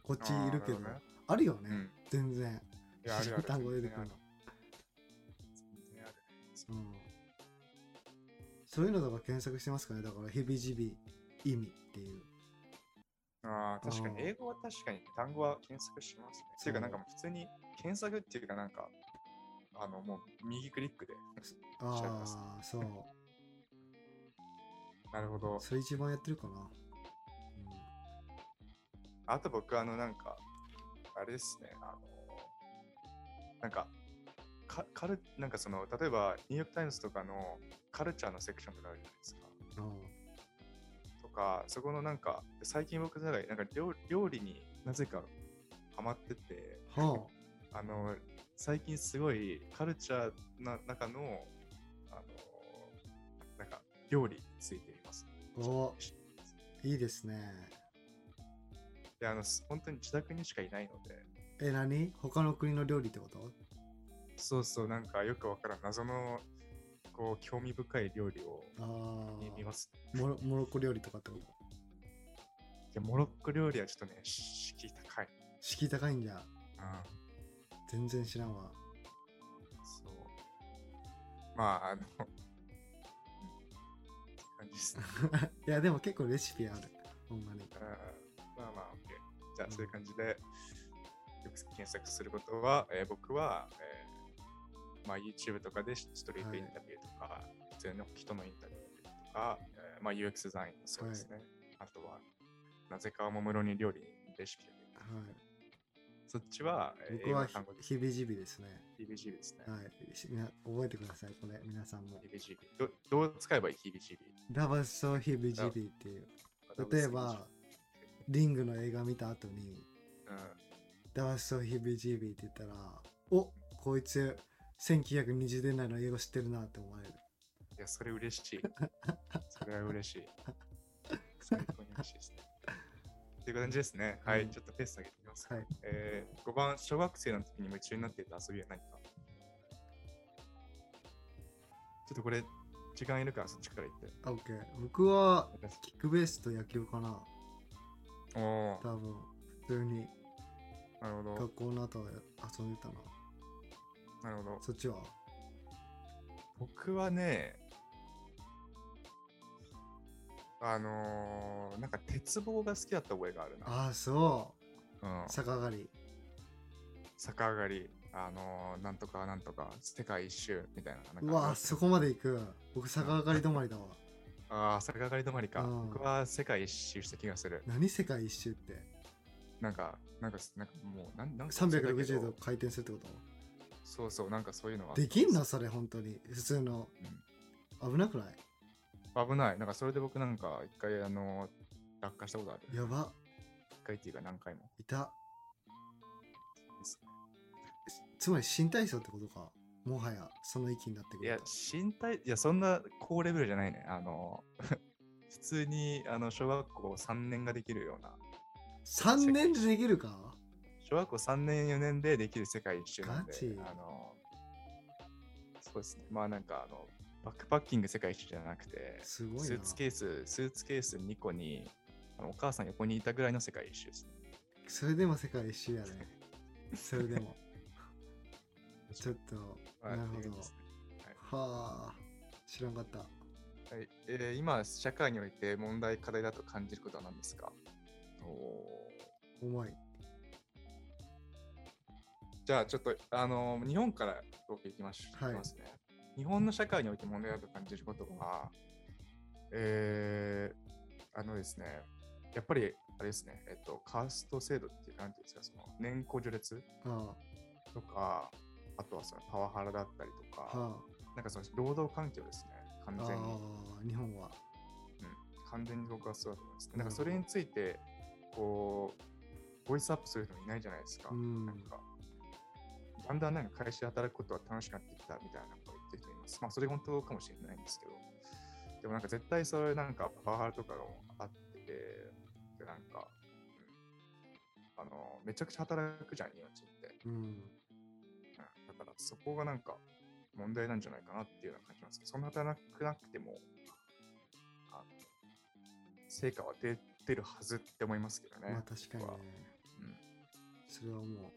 Speaker 2: こっちいるけど、
Speaker 1: あーなる
Speaker 2: あるよ
Speaker 1: ほ
Speaker 2: ね。
Speaker 1: どね
Speaker 2: 全然。
Speaker 1: うん。いや、あるある。
Speaker 2: 単語出てくる
Speaker 1: 全
Speaker 2: の
Speaker 1: 然あ全然ある
Speaker 2: うん。そういうのとか検索してますかねだから、ヘビジビ意味っていう。
Speaker 1: あー確かに
Speaker 2: うん
Speaker 1: 英語は確かに単語は検索しますね。っていうかなんかもう普通に検索っていうかなんかあのもう右クリックで。調べます
Speaker 2: ああ、そう。
Speaker 1: なるほど。
Speaker 2: それ一番やってるかな。
Speaker 1: あと僕、あの、なんか、あれですね、あの、なんか、かカルなんかその、例えば、ニューヨーク・タイムズとかのカルチャーのセクションとかあるじゃないですか。
Speaker 2: うん。
Speaker 1: とか、そこのなんか、最近僕、なんか料料理になぜかハマってて、
Speaker 2: うんは
Speaker 1: (laughs) あの、最近すごいカルチャーな中の、あの、なんか、料理についています。
Speaker 2: あ。おいいですね。
Speaker 1: で、あの、本当に自宅にしかいないので、
Speaker 2: え、何他の国の料理ってこと
Speaker 1: そうそう、なんかよくわからん謎のこう興味深い料理を
Speaker 2: あ
Speaker 1: 見
Speaker 2: あ。
Speaker 1: ます。
Speaker 2: モロモロッコ料理とかってこと
Speaker 1: いや、モロッコ料理はちょっとね、敷居高い。
Speaker 2: 敷居高いんじゃ。
Speaker 1: あ
Speaker 2: 全然知らんわ。
Speaker 1: そう。まあ、あの、うんって感じですね。
Speaker 2: いや、でも結構レシピある。ほんまに。
Speaker 1: あーまあまあ、OK。じゃあ、そういう感じで、よく検索することは、えー僕は、えーまあ、YouTube とかでストリートインタビューとか、普通の人のインタビューとか、えーまあ、UX デザインもそうですね。あとは、なぜかおもむろに料理レシピを見る
Speaker 2: はい。
Speaker 1: そっちは、えー
Speaker 2: 僕は
Speaker 1: 英語単語で
Speaker 2: ヒビジビですね。
Speaker 1: TBGB ですね。
Speaker 2: はい。しみな覚えてください、これ。皆さんも。
Speaker 1: TBGB。どどう使えばいい ?TBGB。
Speaker 2: ダバソヒビジビっていう。例えば、リングの映画見た後に、
Speaker 1: うん、
Speaker 2: ダバソヒビジビって言ったら、おこいつ、1920年代の英語知ってるなって思われる。
Speaker 1: いや、それ嬉 (laughs) しい。それは嬉しい。最高に嬉しいですね。っていう感じですね。はい、
Speaker 2: うん
Speaker 1: ちょっとペース上げてみます。
Speaker 2: はい。
Speaker 1: えー、5番、小学生の時に夢中になっていた遊びは何かちょっとこれ、時間いるからそっちから言って。
Speaker 2: オッケー。僕は、
Speaker 1: 私
Speaker 2: キックベースと野球かな。
Speaker 1: おお
Speaker 2: 多分、普通に
Speaker 1: なるほど。
Speaker 2: 学校の後は遊んでたな。
Speaker 1: なるほど。
Speaker 2: そっちは
Speaker 1: 僕はね、あのー、なんか鉄棒が好きだった覚えがあるな。
Speaker 2: ああ、そ
Speaker 1: うん
Speaker 2: う。、逆上がり。
Speaker 1: 逆上がり、あのー、なんとかなんとか、世界一周みたいな。なんか
Speaker 2: うわあ、そこまで行く。僕、逆上がり止まりだわ。
Speaker 1: あああ、坂上がり止まりか。
Speaker 2: うん
Speaker 1: 僕は世界一周した気がする。
Speaker 2: 何世界一周って
Speaker 1: なんか、なんか、なんかもう、なんなんか忘れたけど
Speaker 2: 360度回転するってこ
Speaker 1: そうそう、なんかそういうのは。
Speaker 2: とできんのそれ本当に普通の危なくない
Speaker 1: 危ない。なんかそれで僕なんか一回、あの、落下したことある。
Speaker 2: やば
Speaker 1: 一回っていうか何回も。
Speaker 2: いた
Speaker 1: です
Speaker 2: つまり新体操ってことかもはやその域になってく
Speaker 1: い
Speaker 2: る
Speaker 1: や、
Speaker 2: と
Speaker 1: 身体、いや、そんな高レベルじゃないね。あの、 (laughs) 普通に、あの、小学校3年ができるような。
Speaker 2: 3年でできるか
Speaker 1: 小学校3年、4年でできる世界一周なんで
Speaker 2: ガチ、
Speaker 1: あの、そうですね。まあなんか、あの、バックパッキング世界一周じゃなくて、
Speaker 2: すごいな
Speaker 1: スーツケース、スーツケース2個に、あのお母さん横にいたぐらいの世界一周ですね。
Speaker 2: それでも世界一周やねそれでもちょっと
Speaker 1: はい
Speaker 2: なる
Speaker 1: っ
Speaker 2: ほ
Speaker 1: ていう
Speaker 2: ど
Speaker 1: ですね
Speaker 2: はあ知らんかった
Speaker 1: はいえー今、社会において問題、課題だと感じることは何ですかおー
Speaker 2: 重い
Speaker 1: じゃあちょっと、あのー日本から僕行きましょ
Speaker 2: は
Speaker 1: う。
Speaker 2: い
Speaker 1: いきますね。日本の社会において問題だと感じることは、えー、あのですね、やっぱり、あれですね、えっと、カースト制度っていうか、なんていうんですか、その年功序列
Speaker 2: あ
Speaker 1: とか、あとはそのパワハラだったりと
Speaker 2: あ
Speaker 1: か、
Speaker 2: は
Speaker 1: なんかその労働環境ですね、完
Speaker 2: ああ
Speaker 1: 全に。
Speaker 2: ー日本は
Speaker 1: うん完全に僕はそうだと思います。
Speaker 2: な
Speaker 1: な
Speaker 2: る
Speaker 1: ん
Speaker 2: ほど
Speaker 1: かそれについて、こう、ボイスアップする人もいないじゃないですか。
Speaker 2: うん
Speaker 1: なんか、だんだんなんか会社で働くことは楽しくなってきたみたいなことを言ってる人います。まあ、それ本当かもしれないんですけど、でもなんか絶対それなんかパワハラとかがあってて、でなんか、うんあの、めちゃくちゃ働くじゃん、日本人って。
Speaker 2: うん
Speaker 1: うんだからそこがなんか問題なんじゃないかなっていうような感じなんですけど、そんな働くなくても、あの成果は出てるはずって思いますけどね。
Speaker 2: まあ確かにね
Speaker 1: 僕はうん
Speaker 2: それはも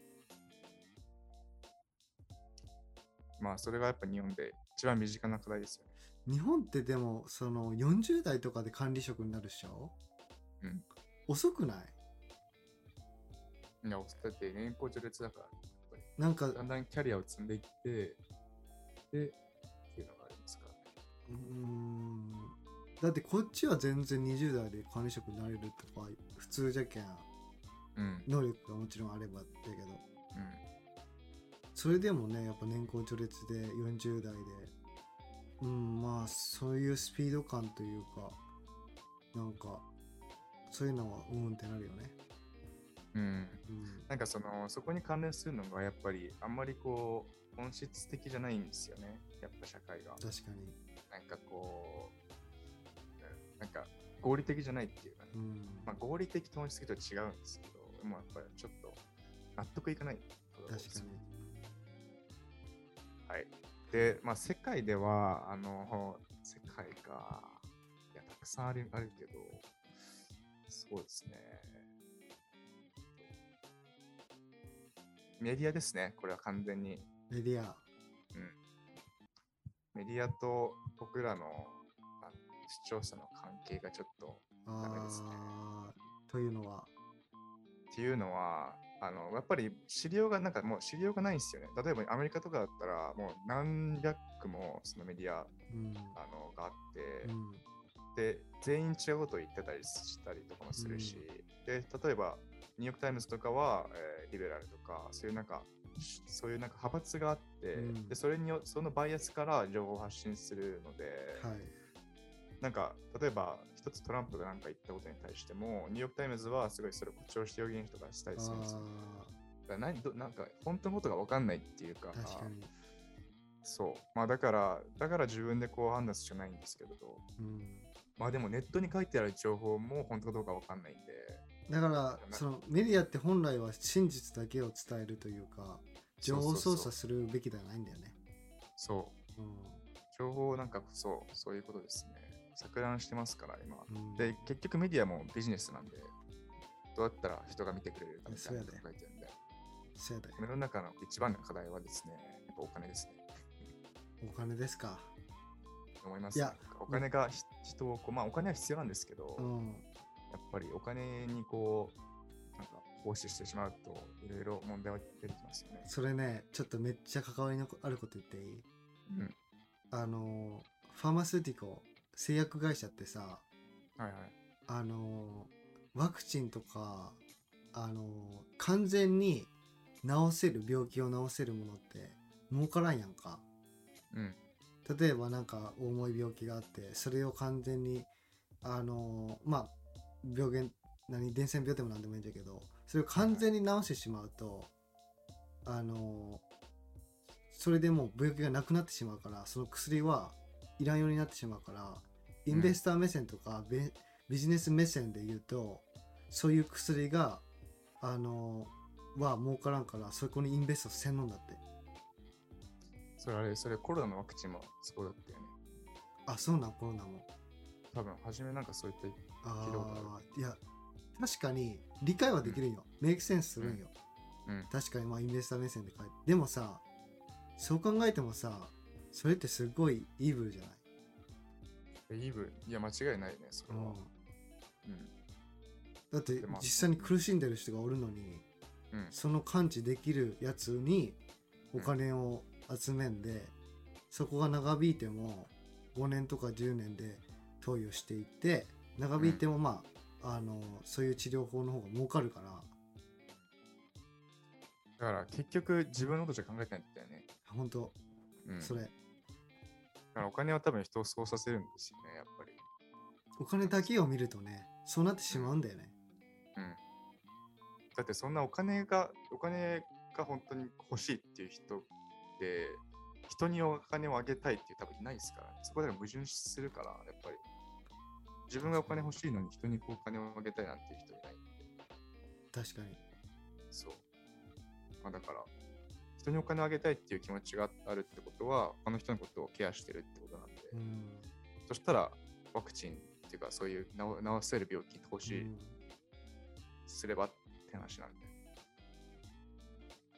Speaker 1: まあそれがやっぱ日本で一番身近な課題ですよね。
Speaker 2: う日本ってでもその40代とかで管理職になるっしょ
Speaker 1: うん
Speaker 2: 遅くない
Speaker 1: いや、だって年功序列だから、
Speaker 2: なんか
Speaker 1: だんだんキャリアを積んでいって、で、っていうのがありますからね。
Speaker 2: うーんだってこっちは全然20代で管理職になれるとか普通じゃけん
Speaker 1: うん、
Speaker 2: 能力がもちろんあればだけど
Speaker 1: うん。
Speaker 2: それでもねやっぱ年功序列で40代でうんまあそういうスピード感というかなんかそういうのはうんってなるよね
Speaker 1: うん
Speaker 2: うん
Speaker 1: なんかそのそこに関連するのがやっぱりあんまりこう本質的じゃないんですよねやっぱ社会が
Speaker 2: 確かに
Speaker 1: なんかこううんなんか合理的じゃないっていうかね、
Speaker 2: うん、
Speaker 1: まあ、合理的と本質的とは違うんですけどもうやっぱりちょっと納得いかないことが多い
Speaker 2: 確
Speaker 1: で
Speaker 2: か
Speaker 1: す
Speaker 2: に
Speaker 1: はいでまあ世界ではあの世界がいやたくさんあるあるけどそうですねメディアですねこれは完全に
Speaker 2: メディア
Speaker 1: メディアと僕らのあ視聴者の関係がちょっとダメですね
Speaker 2: あーというのは
Speaker 1: っていうのはあのやっぱり資料がなんかもう資料がないんですよね例えばアメリカとかだったらもう何百もそのメディア
Speaker 2: うん
Speaker 1: あのがあって、
Speaker 2: うん
Speaker 1: で全員違うことを言ってたりしたりとかもするし、で例えばニューヨーク・タイムズとかは、えーリベラルとかそういうなんかそういうなんか派閥があって、
Speaker 2: うん
Speaker 1: でそれによそのバイアスから情報を発信するので、
Speaker 2: はい
Speaker 1: なんか例えば一つトランプが何か言ったことに対してもニューヨーク・タイムズはすごいそれを誇張して表現とかしたり
Speaker 2: あ
Speaker 1: するんですよ。
Speaker 2: ー
Speaker 1: だから何どなんか本当のことが分かんないっていうか
Speaker 2: 確かに
Speaker 1: そうまあだからだから自分でこう判断するしかないんですけれど
Speaker 2: うん
Speaker 1: まあでもネットに書いてある情報も本当かどうか分かんないんで
Speaker 2: だからそのメディアって本来は真実だけを伝えるというか情
Speaker 1: そうそう
Speaker 2: 報操
Speaker 1: そう
Speaker 2: 作するべきではないんだよね
Speaker 1: そう
Speaker 2: う
Speaker 1: 情報なんかこそそういうことですね錯乱してますから今
Speaker 2: んうん
Speaker 1: で結局メディアもビジネスなんでどうやったら人が見てくれるかみたいなこと
Speaker 2: そうやね
Speaker 1: 書いてあるんで
Speaker 2: そうやだよ
Speaker 1: 世の中の一番の課題はですねやっぱお金ですね
Speaker 2: お金ですか
Speaker 1: 思います
Speaker 2: い
Speaker 1: ね
Speaker 2: や
Speaker 1: なんかお金がひ人をこうまあお金は必要なんですけど、
Speaker 2: うん
Speaker 1: やっぱりお金にこう、なんか奉仕してしまうと、いろいろ問題は出てきますよね。
Speaker 2: それねちょっとめっちゃ関わりのあること言っていい
Speaker 1: うん。
Speaker 2: あのファーマスティコ製薬会社ってさ
Speaker 3: はいはい。
Speaker 2: あのーワクチンとかあのー完全に治せる病気を治せるものって儲からんやんか
Speaker 3: うん。
Speaker 2: 例えばなんか重い病気があってそれを完全にあのーまあ病原何伝染病でも何でもいいんだけどそれを完全に治してしまうと、あのーそれでもう病気がなくなってしまうからその薬はいらんようになってしまうからインベスター目線とか、べビジネス目線で言うとそういう薬があのーは儲からんからそこにインベストせんのんだって
Speaker 1: それあれ、それコロナのワクチンもそうだったよね。
Speaker 2: あそうなんコロナも
Speaker 1: 多分、初めなんかそういった、
Speaker 2: あ
Speaker 1: 聞いたこと
Speaker 2: あいや確かに理解はできるんよ、メイクセンスするんよ、
Speaker 1: うんうん
Speaker 2: 確かにまあインベスター目線で書いてでもさそう考えてもさそれってすごいイーブルじゃない、
Speaker 1: イーブ、いや、間違いないね、それは。うん。
Speaker 2: だって
Speaker 1: でも
Speaker 2: 実際に苦しんでる人がおるのに、
Speaker 1: うん
Speaker 2: その感知できるやつにお金を集めんで、そこが長引いても5年とか10年で投与していって長引いてもまあ,、あのそういう治療法の方が儲かるから
Speaker 1: だから、結局、自分のことじゃ考えてないんだよね。
Speaker 2: 本当、
Speaker 1: うん。
Speaker 2: そ
Speaker 1: だ
Speaker 2: れ
Speaker 1: から、お金は多分人をそうさせるんですよね、やっぱり。
Speaker 2: お金だけを見るとねそうなってしまうんだよね
Speaker 1: うん。だって、そんなお金が、お金が本当に欲しいっていう人って、人にお金をあげたいっていう多分いないですからね。そこで矛盾するから、やっぱり。自分がお金欲しいのに人にこうお金をあげたいなんていう人いない。
Speaker 2: 確かに
Speaker 1: そう。まあ、だから、人にお金をあげたいっていう気持ちがあるってことは、他の人のことをケアしてるってことなんで、
Speaker 2: うん
Speaker 1: そしたらワクチンっていうか、そういう治治せる病気投
Speaker 2: う
Speaker 1: 資
Speaker 2: ん
Speaker 1: すればって話なんで。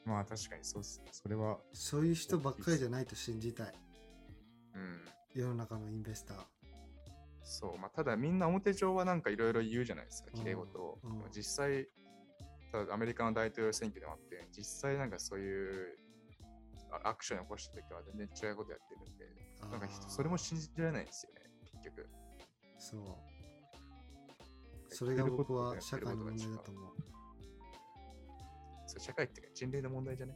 Speaker 1: まあ確かにそうっす。
Speaker 3: それは、
Speaker 2: そういう人ばっかりじゃないと信じたい
Speaker 1: うん。
Speaker 2: 世の中のインベスター
Speaker 1: そう。まあただみんな表上はなんかいろいろ言うじゃないですか、綺麗事を。
Speaker 2: うんうん
Speaker 1: でも実際、ただアメリカの大統領選挙でもあって、実際なんかそういうあアクションを起こした時は全然違うことやってるんで、
Speaker 2: あー
Speaker 1: なんかひそれも信じられないんですよね、結局。
Speaker 2: そうそれが僕は社会の問題だと思う
Speaker 1: それ社会っていうか人類の問題じゃね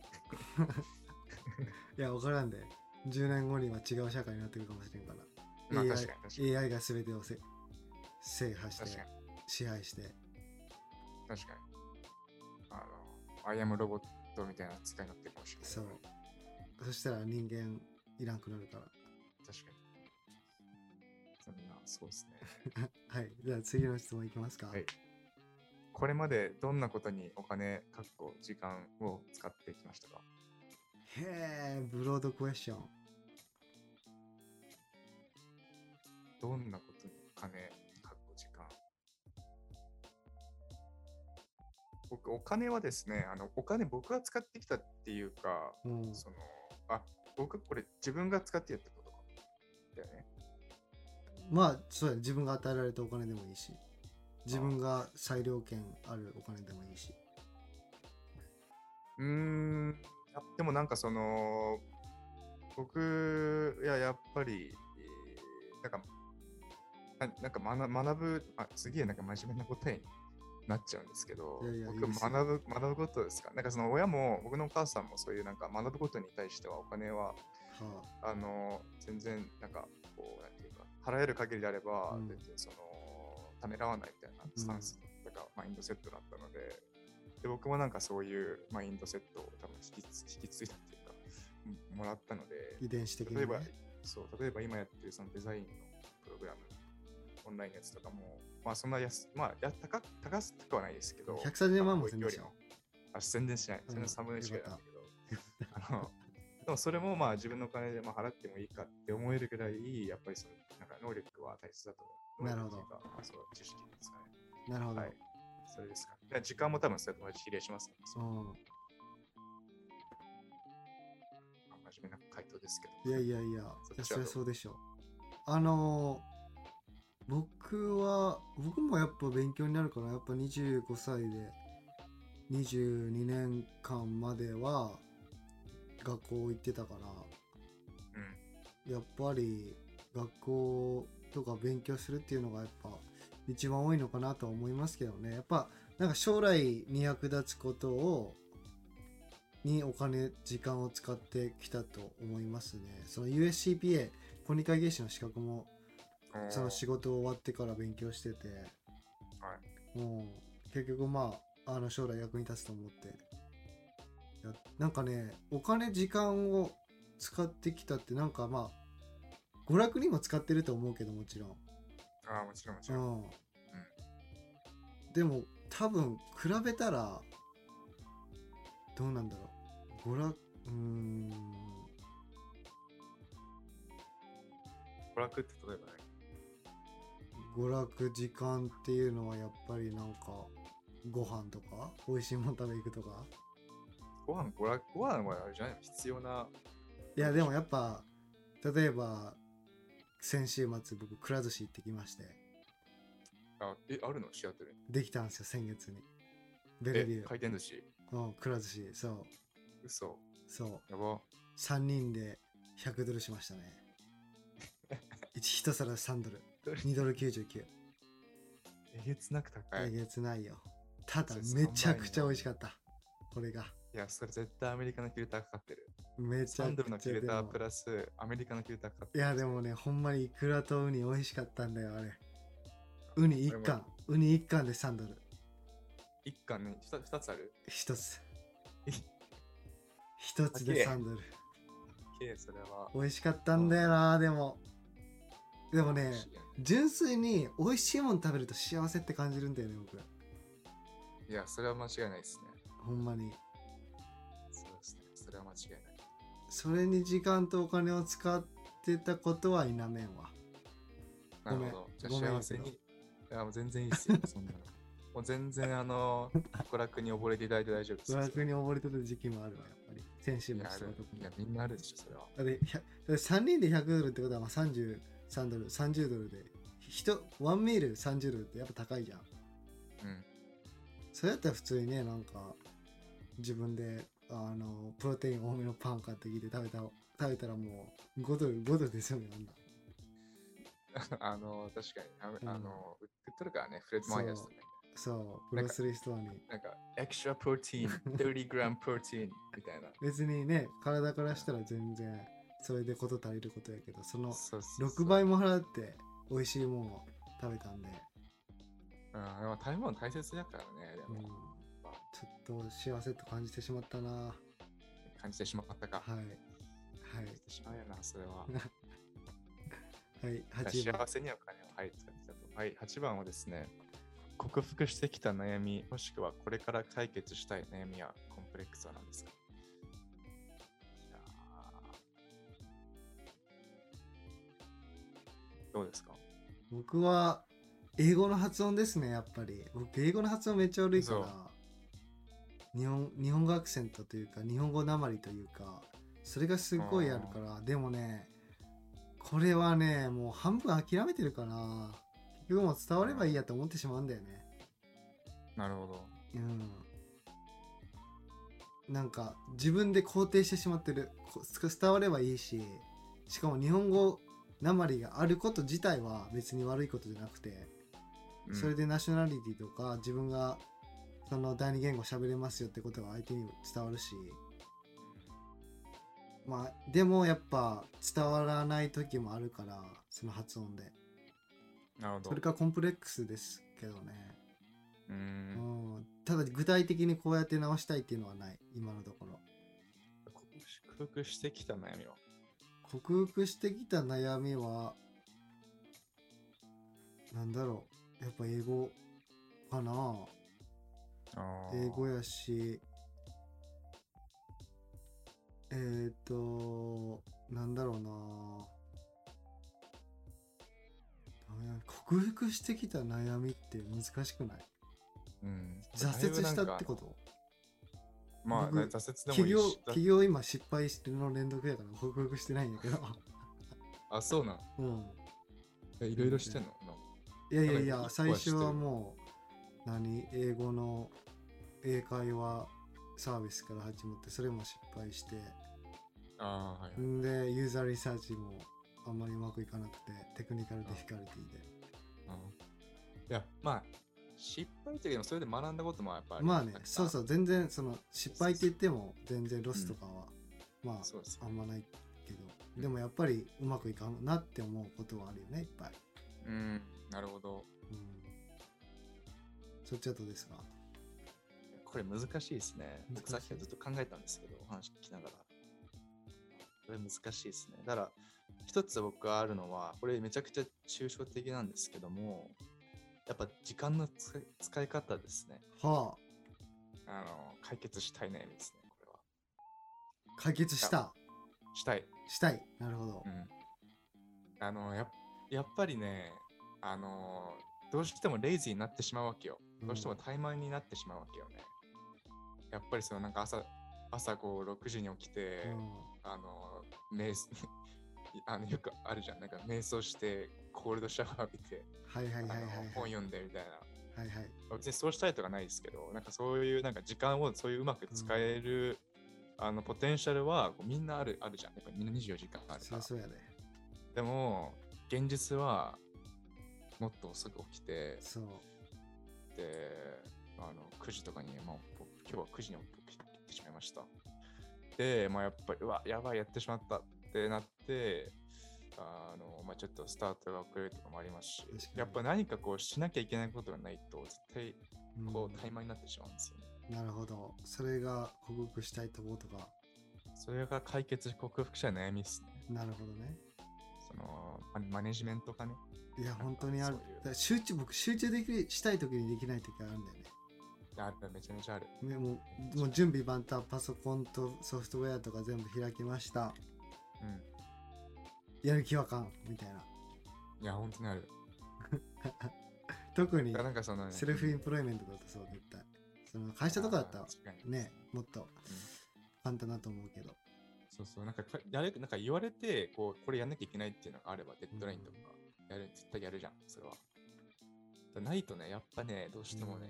Speaker 2: いや分からんで10年後には違う社会になってくるかもしれんから、
Speaker 1: まあ
Speaker 2: AI,
Speaker 1: 確かに確かに
Speaker 2: AI が全てをせ制覇して
Speaker 1: 確かに
Speaker 2: 支配して
Speaker 1: 確かに。あの、アイアムロボットみたいな扱いになってるかもしれない。
Speaker 2: そうそしたら人間いらんくなるから
Speaker 1: 確かに。そんな、そうですね。
Speaker 2: (laughs) はいじゃあ次の質問いきますか、
Speaker 1: はいこれまでどんなことにお金、かっこ時間を使ってきましたか
Speaker 2: へえブロードクエスチョン
Speaker 1: どんなことにお金、かっこ時間僕、お金はですね、あの、お金僕が使ってきたっていうか、
Speaker 2: うん
Speaker 1: その、あ、僕、これ自分が使ってやったことか。だよね。
Speaker 2: まあそうだね自分が与えられたお金でもいいし自分が裁量権あるお金でもいいし
Speaker 1: うーん、あでもなんかその、僕、いや、やっぱり、えーなんか、ななんか学学ぶ、あ、すげえなんか真面目な答えになっちゃうんですけど、
Speaker 2: いやいや
Speaker 1: 僕
Speaker 2: いいですよ
Speaker 1: 学ぶ、学ぶことですか。なんかその親も、僕のお母さんもそういうなんか学ぶことに対してはお金は、
Speaker 2: は
Speaker 1: あの、全然なんか、こう、なんていうか、払える限りであれば
Speaker 2: う、ん
Speaker 1: 全然その、ためらわないみたいなスタンスとか、マインドセットだったので、で僕もなんかそういうマインドセットを多分引きつ引き継いだっていうか、うんもらったので
Speaker 2: あ、遺伝子的に、
Speaker 1: 例えば
Speaker 2: ね、、
Speaker 1: そう、例えば今やってるそのデザインのプログラム、オンラインのやつとかも、まあそんな安、まあや高高すくはないですけど、
Speaker 2: 130万も
Speaker 1: よ
Speaker 2: 宣伝しよ
Speaker 1: あ、宣伝しない。
Speaker 2: うん
Speaker 1: 全然サムネしかやらないけど。あの、でもそれもまあ自分のお金でまあ払ってもいいかって思えるぐらい、やっぱりその、なんか能力は大切だと思う。
Speaker 2: なるほど
Speaker 1: 能力っていうかまあそう、知識ですかね。
Speaker 2: うなるほど、
Speaker 1: はい。それですか。だから時間も多分それと同じ比例します、ね。
Speaker 2: う
Speaker 1: そうんまあ真面目な回答ですけ
Speaker 2: い
Speaker 1: ど。
Speaker 2: やいやいや、い
Speaker 1: そ
Speaker 2: や
Speaker 1: っち
Speaker 2: そ
Speaker 1: はど
Speaker 2: りゃ
Speaker 1: う
Speaker 2: そうでしょ。あのー僕は、僕もやっぱ勉強になるから、やっぱ25歳で22年間までは学校行ってたから、
Speaker 1: うん。
Speaker 2: やっぱり学校とか勉強するっていうのがやっぱ一番多いのかなとは思いますけどねやっぱなんか将来に役立つことをにお金時間を使ってきたと思いますねその USCPA コニカゲー師の資格も
Speaker 1: うん
Speaker 2: その仕事終わってから勉強してて、
Speaker 1: は
Speaker 2: もう結局まああの将来役に立つと思ってやなんかねお金時間を使ってきたってなんかまあ娯楽にも使ってると思うけどもちろん、
Speaker 1: ああ、もちろんもち
Speaker 2: う
Speaker 1: ろん。
Speaker 2: んでも多分比べたらどうなんだろう娯楽うーん
Speaker 1: 娯楽って例えばね、
Speaker 2: 娯楽時間っていうのはやっぱりなんかご飯とか美味しいもの食べ行くとか
Speaker 1: ご飯、娯楽、ご飯はあれじゃないの必要な。
Speaker 2: いやでもやっぱ例えば先週末僕くら寿司行ってきまして
Speaker 1: あ、え、あるのシアトルに。
Speaker 2: できたんですよ先月にベルビ
Speaker 1: え
Speaker 2: ュ、ー
Speaker 1: 回転寿司。
Speaker 2: うんくら寿司そう
Speaker 1: 嘘。
Speaker 2: そう
Speaker 1: やば。
Speaker 2: 3人で100ドルしましたね
Speaker 1: (laughs)
Speaker 2: 1, 1皿3ドル2ドル99
Speaker 1: えげつなく高
Speaker 2: え
Speaker 1: い。い
Speaker 2: げつないよただ
Speaker 1: それ
Speaker 2: めちゃくちゃ美味しかったこれが
Speaker 1: や、それ絶対アメリカのキルターかかってる。
Speaker 2: めちゃ
Speaker 1: サンドルの
Speaker 2: く
Speaker 1: キ
Speaker 2: ちゃ
Speaker 1: ル
Speaker 2: で
Speaker 1: ター
Speaker 2: も
Speaker 1: プラス、アメリカのキルターかかって
Speaker 2: い
Speaker 1: る。
Speaker 2: やでもねほんまにイクラとウニ美味しかったんだよあれウニ1貫ウニ1貫で3ドル
Speaker 1: 一貫ね、二つ二つある
Speaker 2: 一つ
Speaker 1: え
Speaker 2: 一つで3ドル
Speaker 1: けえ、それは。
Speaker 2: 美味しかったんだよなでもでも
Speaker 1: 美
Speaker 2: ね
Speaker 1: 味しいね
Speaker 2: 純粋に美味しいもの食べると幸せって感じるんだよね僕
Speaker 1: いや、それは間違いないですね。
Speaker 2: ほんまに
Speaker 1: そうですね。それは間違いない。
Speaker 2: それに時間とお金を使ってたことは否めんわ
Speaker 1: なるほど。じゃあ
Speaker 2: ごめん
Speaker 1: 幸せに。いや、もう全然いいっすよ、 (laughs) そんなの。もう全然、あの、娯楽に溺れていただいて大丈夫です
Speaker 2: 娯
Speaker 1: よ。
Speaker 2: 楽に溺れてた時期もあるわやっぱり先週
Speaker 1: い
Speaker 2: も
Speaker 1: や、あ
Speaker 2: した
Speaker 1: る
Speaker 2: とこ
Speaker 1: いや、みんなあるでしょ、それは。
Speaker 2: だってひゃだって3人で100ドルってことはまあ33ドル30ドルで1ワンミール30ドルってやっぱ高いじゃん
Speaker 1: うん。 (laughs)
Speaker 2: それやったら普通にねなんか自分であのプロテイン多めのパン買ってきて食べた食べたらもう5ドル5ドルですよねあんな
Speaker 1: あの、確かに、あの
Speaker 2: うん
Speaker 1: あの、売ってるからね、フレッドマイヤーズとかね。
Speaker 2: そうグロスリーストアに
Speaker 1: なんか、エクストラプロテイン、30g プロテインみたいな。
Speaker 2: 別にね体からしたら全然それで事足りることやけどその
Speaker 1: そうそうそう
Speaker 2: 6倍も払って美味しいもんを食べたん
Speaker 1: う
Speaker 2: で、
Speaker 1: ん、でも食べ物大切だからね、で
Speaker 2: うん、
Speaker 1: も、
Speaker 2: ちょっと幸せと感じてしまったな
Speaker 1: 感じてしまったか。
Speaker 2: はい。
Speaker 1: 感じてしまうよな、それ
Speaker 2: (laughs)
Speaker 1: は。
Speaker 2: はい。はい。8番
Speaker 1: 幸。せにはお金をはい使ってたと。はい、8番はですね、克服してきた悩み、もしくはこれから解決したい悩みやコンプレックスは何ですかいやーどうですか
Speaker 2: 僕は、英語の発音ですね、やっぱり。僕、英語の発音めっちゃ悪いか
Speaker 1: そう
Speaker 2: ら、日本、日本語アクセントというか、日本語なまりというか、それがすごいあるから、でもね、これはね、もう半分諦めてるかな。結局もう伝わればいいやと思ってしまうんだよね。
Speaker 1: なるほど。
Speaker 2: うん。なんか、自分で肯定してしまってる。こ伝わればいいし、しかも日本語なまりがあること自体は別に悪いことじゃなくて、
Speaker 1: うん
Speaker 2: それでナショナリティとか自分がその第二言語喋れますよってことが相手に伝わるしまあでもやっぱ伝わらない時もあるからその発音で
Speaker 1: なるほど。
Speaker 2: それかコンプレックスですけどね、
Speaker 1: うー。
Speaker 2: うんん、ただ具体的にこうやって直したいっていうのはない今のところ
Speaker 1: 克服してきた悩みは
Speaker 2: 克服してきた悩みはなんだろうやっぱ英語かな
Speaker 1: あー
Speaker 2: 英語やしえーっ、となんだろうな悩み克服してきた悩みって難しくない
Speaker 1: うん
Speaker 2: 挫折したってこ
Speaker 1: だいぶなんか
Speaker 2: と
Speaker 1: まあ、
Speaker 2: 僕
Speaker 1: 挫折で
Speaker 2: 企
Speaker 1: もい
Speaker 2: 業
Speaker 1: いし。だ
Speaker 2: 企業今失敗してるの連続やから克服してないん
Speaker 1: (laughs)
Speaker 2: やけど
Speaker 1: あ、そうなん。
Speaker 2: うん
Speaker 1: えいろいろしてんのなんか
Speaker 2: いやいやい
Speaker 1: なん
Speaker 2: や
Speaker 1: か
Speaker 2: 最初はもう何英語の英会話サービスから始まってそれも失敗して
Speaker 1: ああ、はいはい。
Speaker 2: んでユーザーリサーチもあんまりうまくいかなくてテクニカルディフィカルティで
Speaker 1: いや、まあ、失敗っていうけど、それで学んだこともやっぱり
Speaker 2: まあねそう
Speaker 1: う。
Speaker 2: そう全然その失敗って言っても全然ロスとかは、ま
Speaker 1: そうです
Speaker 2: ああんまないけど
Speaker 1: うん
Speaker 2: でもやっぱりうまくいかんなって思うことはあるよねいっぱい、
Speaker 1: うん、なるほど。
Speaker 2: うん、そっちはどうですか
Speaker 1: これ難しいですね。僕さ
Speaker 2: 難
Speaker 1: っ
Speaker 2: しい
Speaker 1: きからずっと考えたんですけど、お話聞きながら。これ難しいですね。だから、一つ僕があるのは、これめちゃくちゃ抽象的なんですけども、やっぱ時間の使い使い方ですね。
Speaker 2: はあ
Speaker 1: あの、解決したい悩みですね、これは。
Speaker 2: 解決した
Speaker 1: したい。
Speaker 2: したいなるほど、
Speaker 1: うんあのやっやっぱりねあのどうしてもレイジーになってしまうわけよどうしても怠慢になってしまうわけよね、やっぱりそのなんか朝朝こう6時に起きて、
Speaker 2: う
Speaker 1: あの瞑想 (laughs) あのよくあるじゃんなんか瞑想してコールドシャワー浴びて
Speaker 2: ん、はいはい
Speaker 1: あ
Speaker 2: はい
Speaker 1: の
Speaker 2: はいはい
Speaker 1: 本読んでみたいな
Speaker 2: はいはい
Speaker 1: 別にそうしたいとかないですけどなんかそういうなんか時間をそういううまく使える、あのポテンシャルはこうみんなあるあるじゃんやっぱりみんな24時間あるか
Speaker 2: そりゃ
Speaker 1: ら
Speaker 2: そうやで
Speaker 1: でも現実はもっと遅く起きて
Speaker 2: そう
Speaker 1: であの9時とかに、まあ、僕今日は9時に起きてしまいましたで、まあ、やっぱりうわやばいやってしまったってなってあの、まあ、ちょっとスタートが遅れるとかもありますし
Speaker 2: 確かに
Speaker 1: やっぱ何かこうしなきゃいけないことがないと絶対
Speaker 2: うん
Speaker 1: こう怠慢になってしまうんですよね、
Speaker 2: なるほどそれが克服したいところとか
Speaker 1: それが解決克服したい悩みですね
Speaker 2: なるほどね
Speaker 1: そのママネジメントがね
Speaker 2: いや本当にある
Speaker 1: そういう
Speaker 2: だから集中僕集中できしたい時にできない時があるんだよね
Speaker 1: あめちゃめちゃある
Speaker 2: ねもうもう準備万端パソコンとソフトウェアとか全部開きました
Speaker 1: う
Speaker 2: やる気はかんみたいなん
Speaker 1: いや本当にある
Speaker 2: 特に
Speaker 1: だからなんかそのね
Speaker 2: セルフインプロイメントだとそう絶対その会社とかだった
Speaker 1: あ
Speaker 2: ら
Speaker 1: ー確かに
Speaker 2: ねもっと簡単だと思うけど
Speaker 1: そうそう、なんかかやれなんか言われてこう、これやんなきゃいけないっていうのがあれば、デッドラインとか、やる絶対やるじゃん、それは。だないとね、やっぱね、どうしてもね、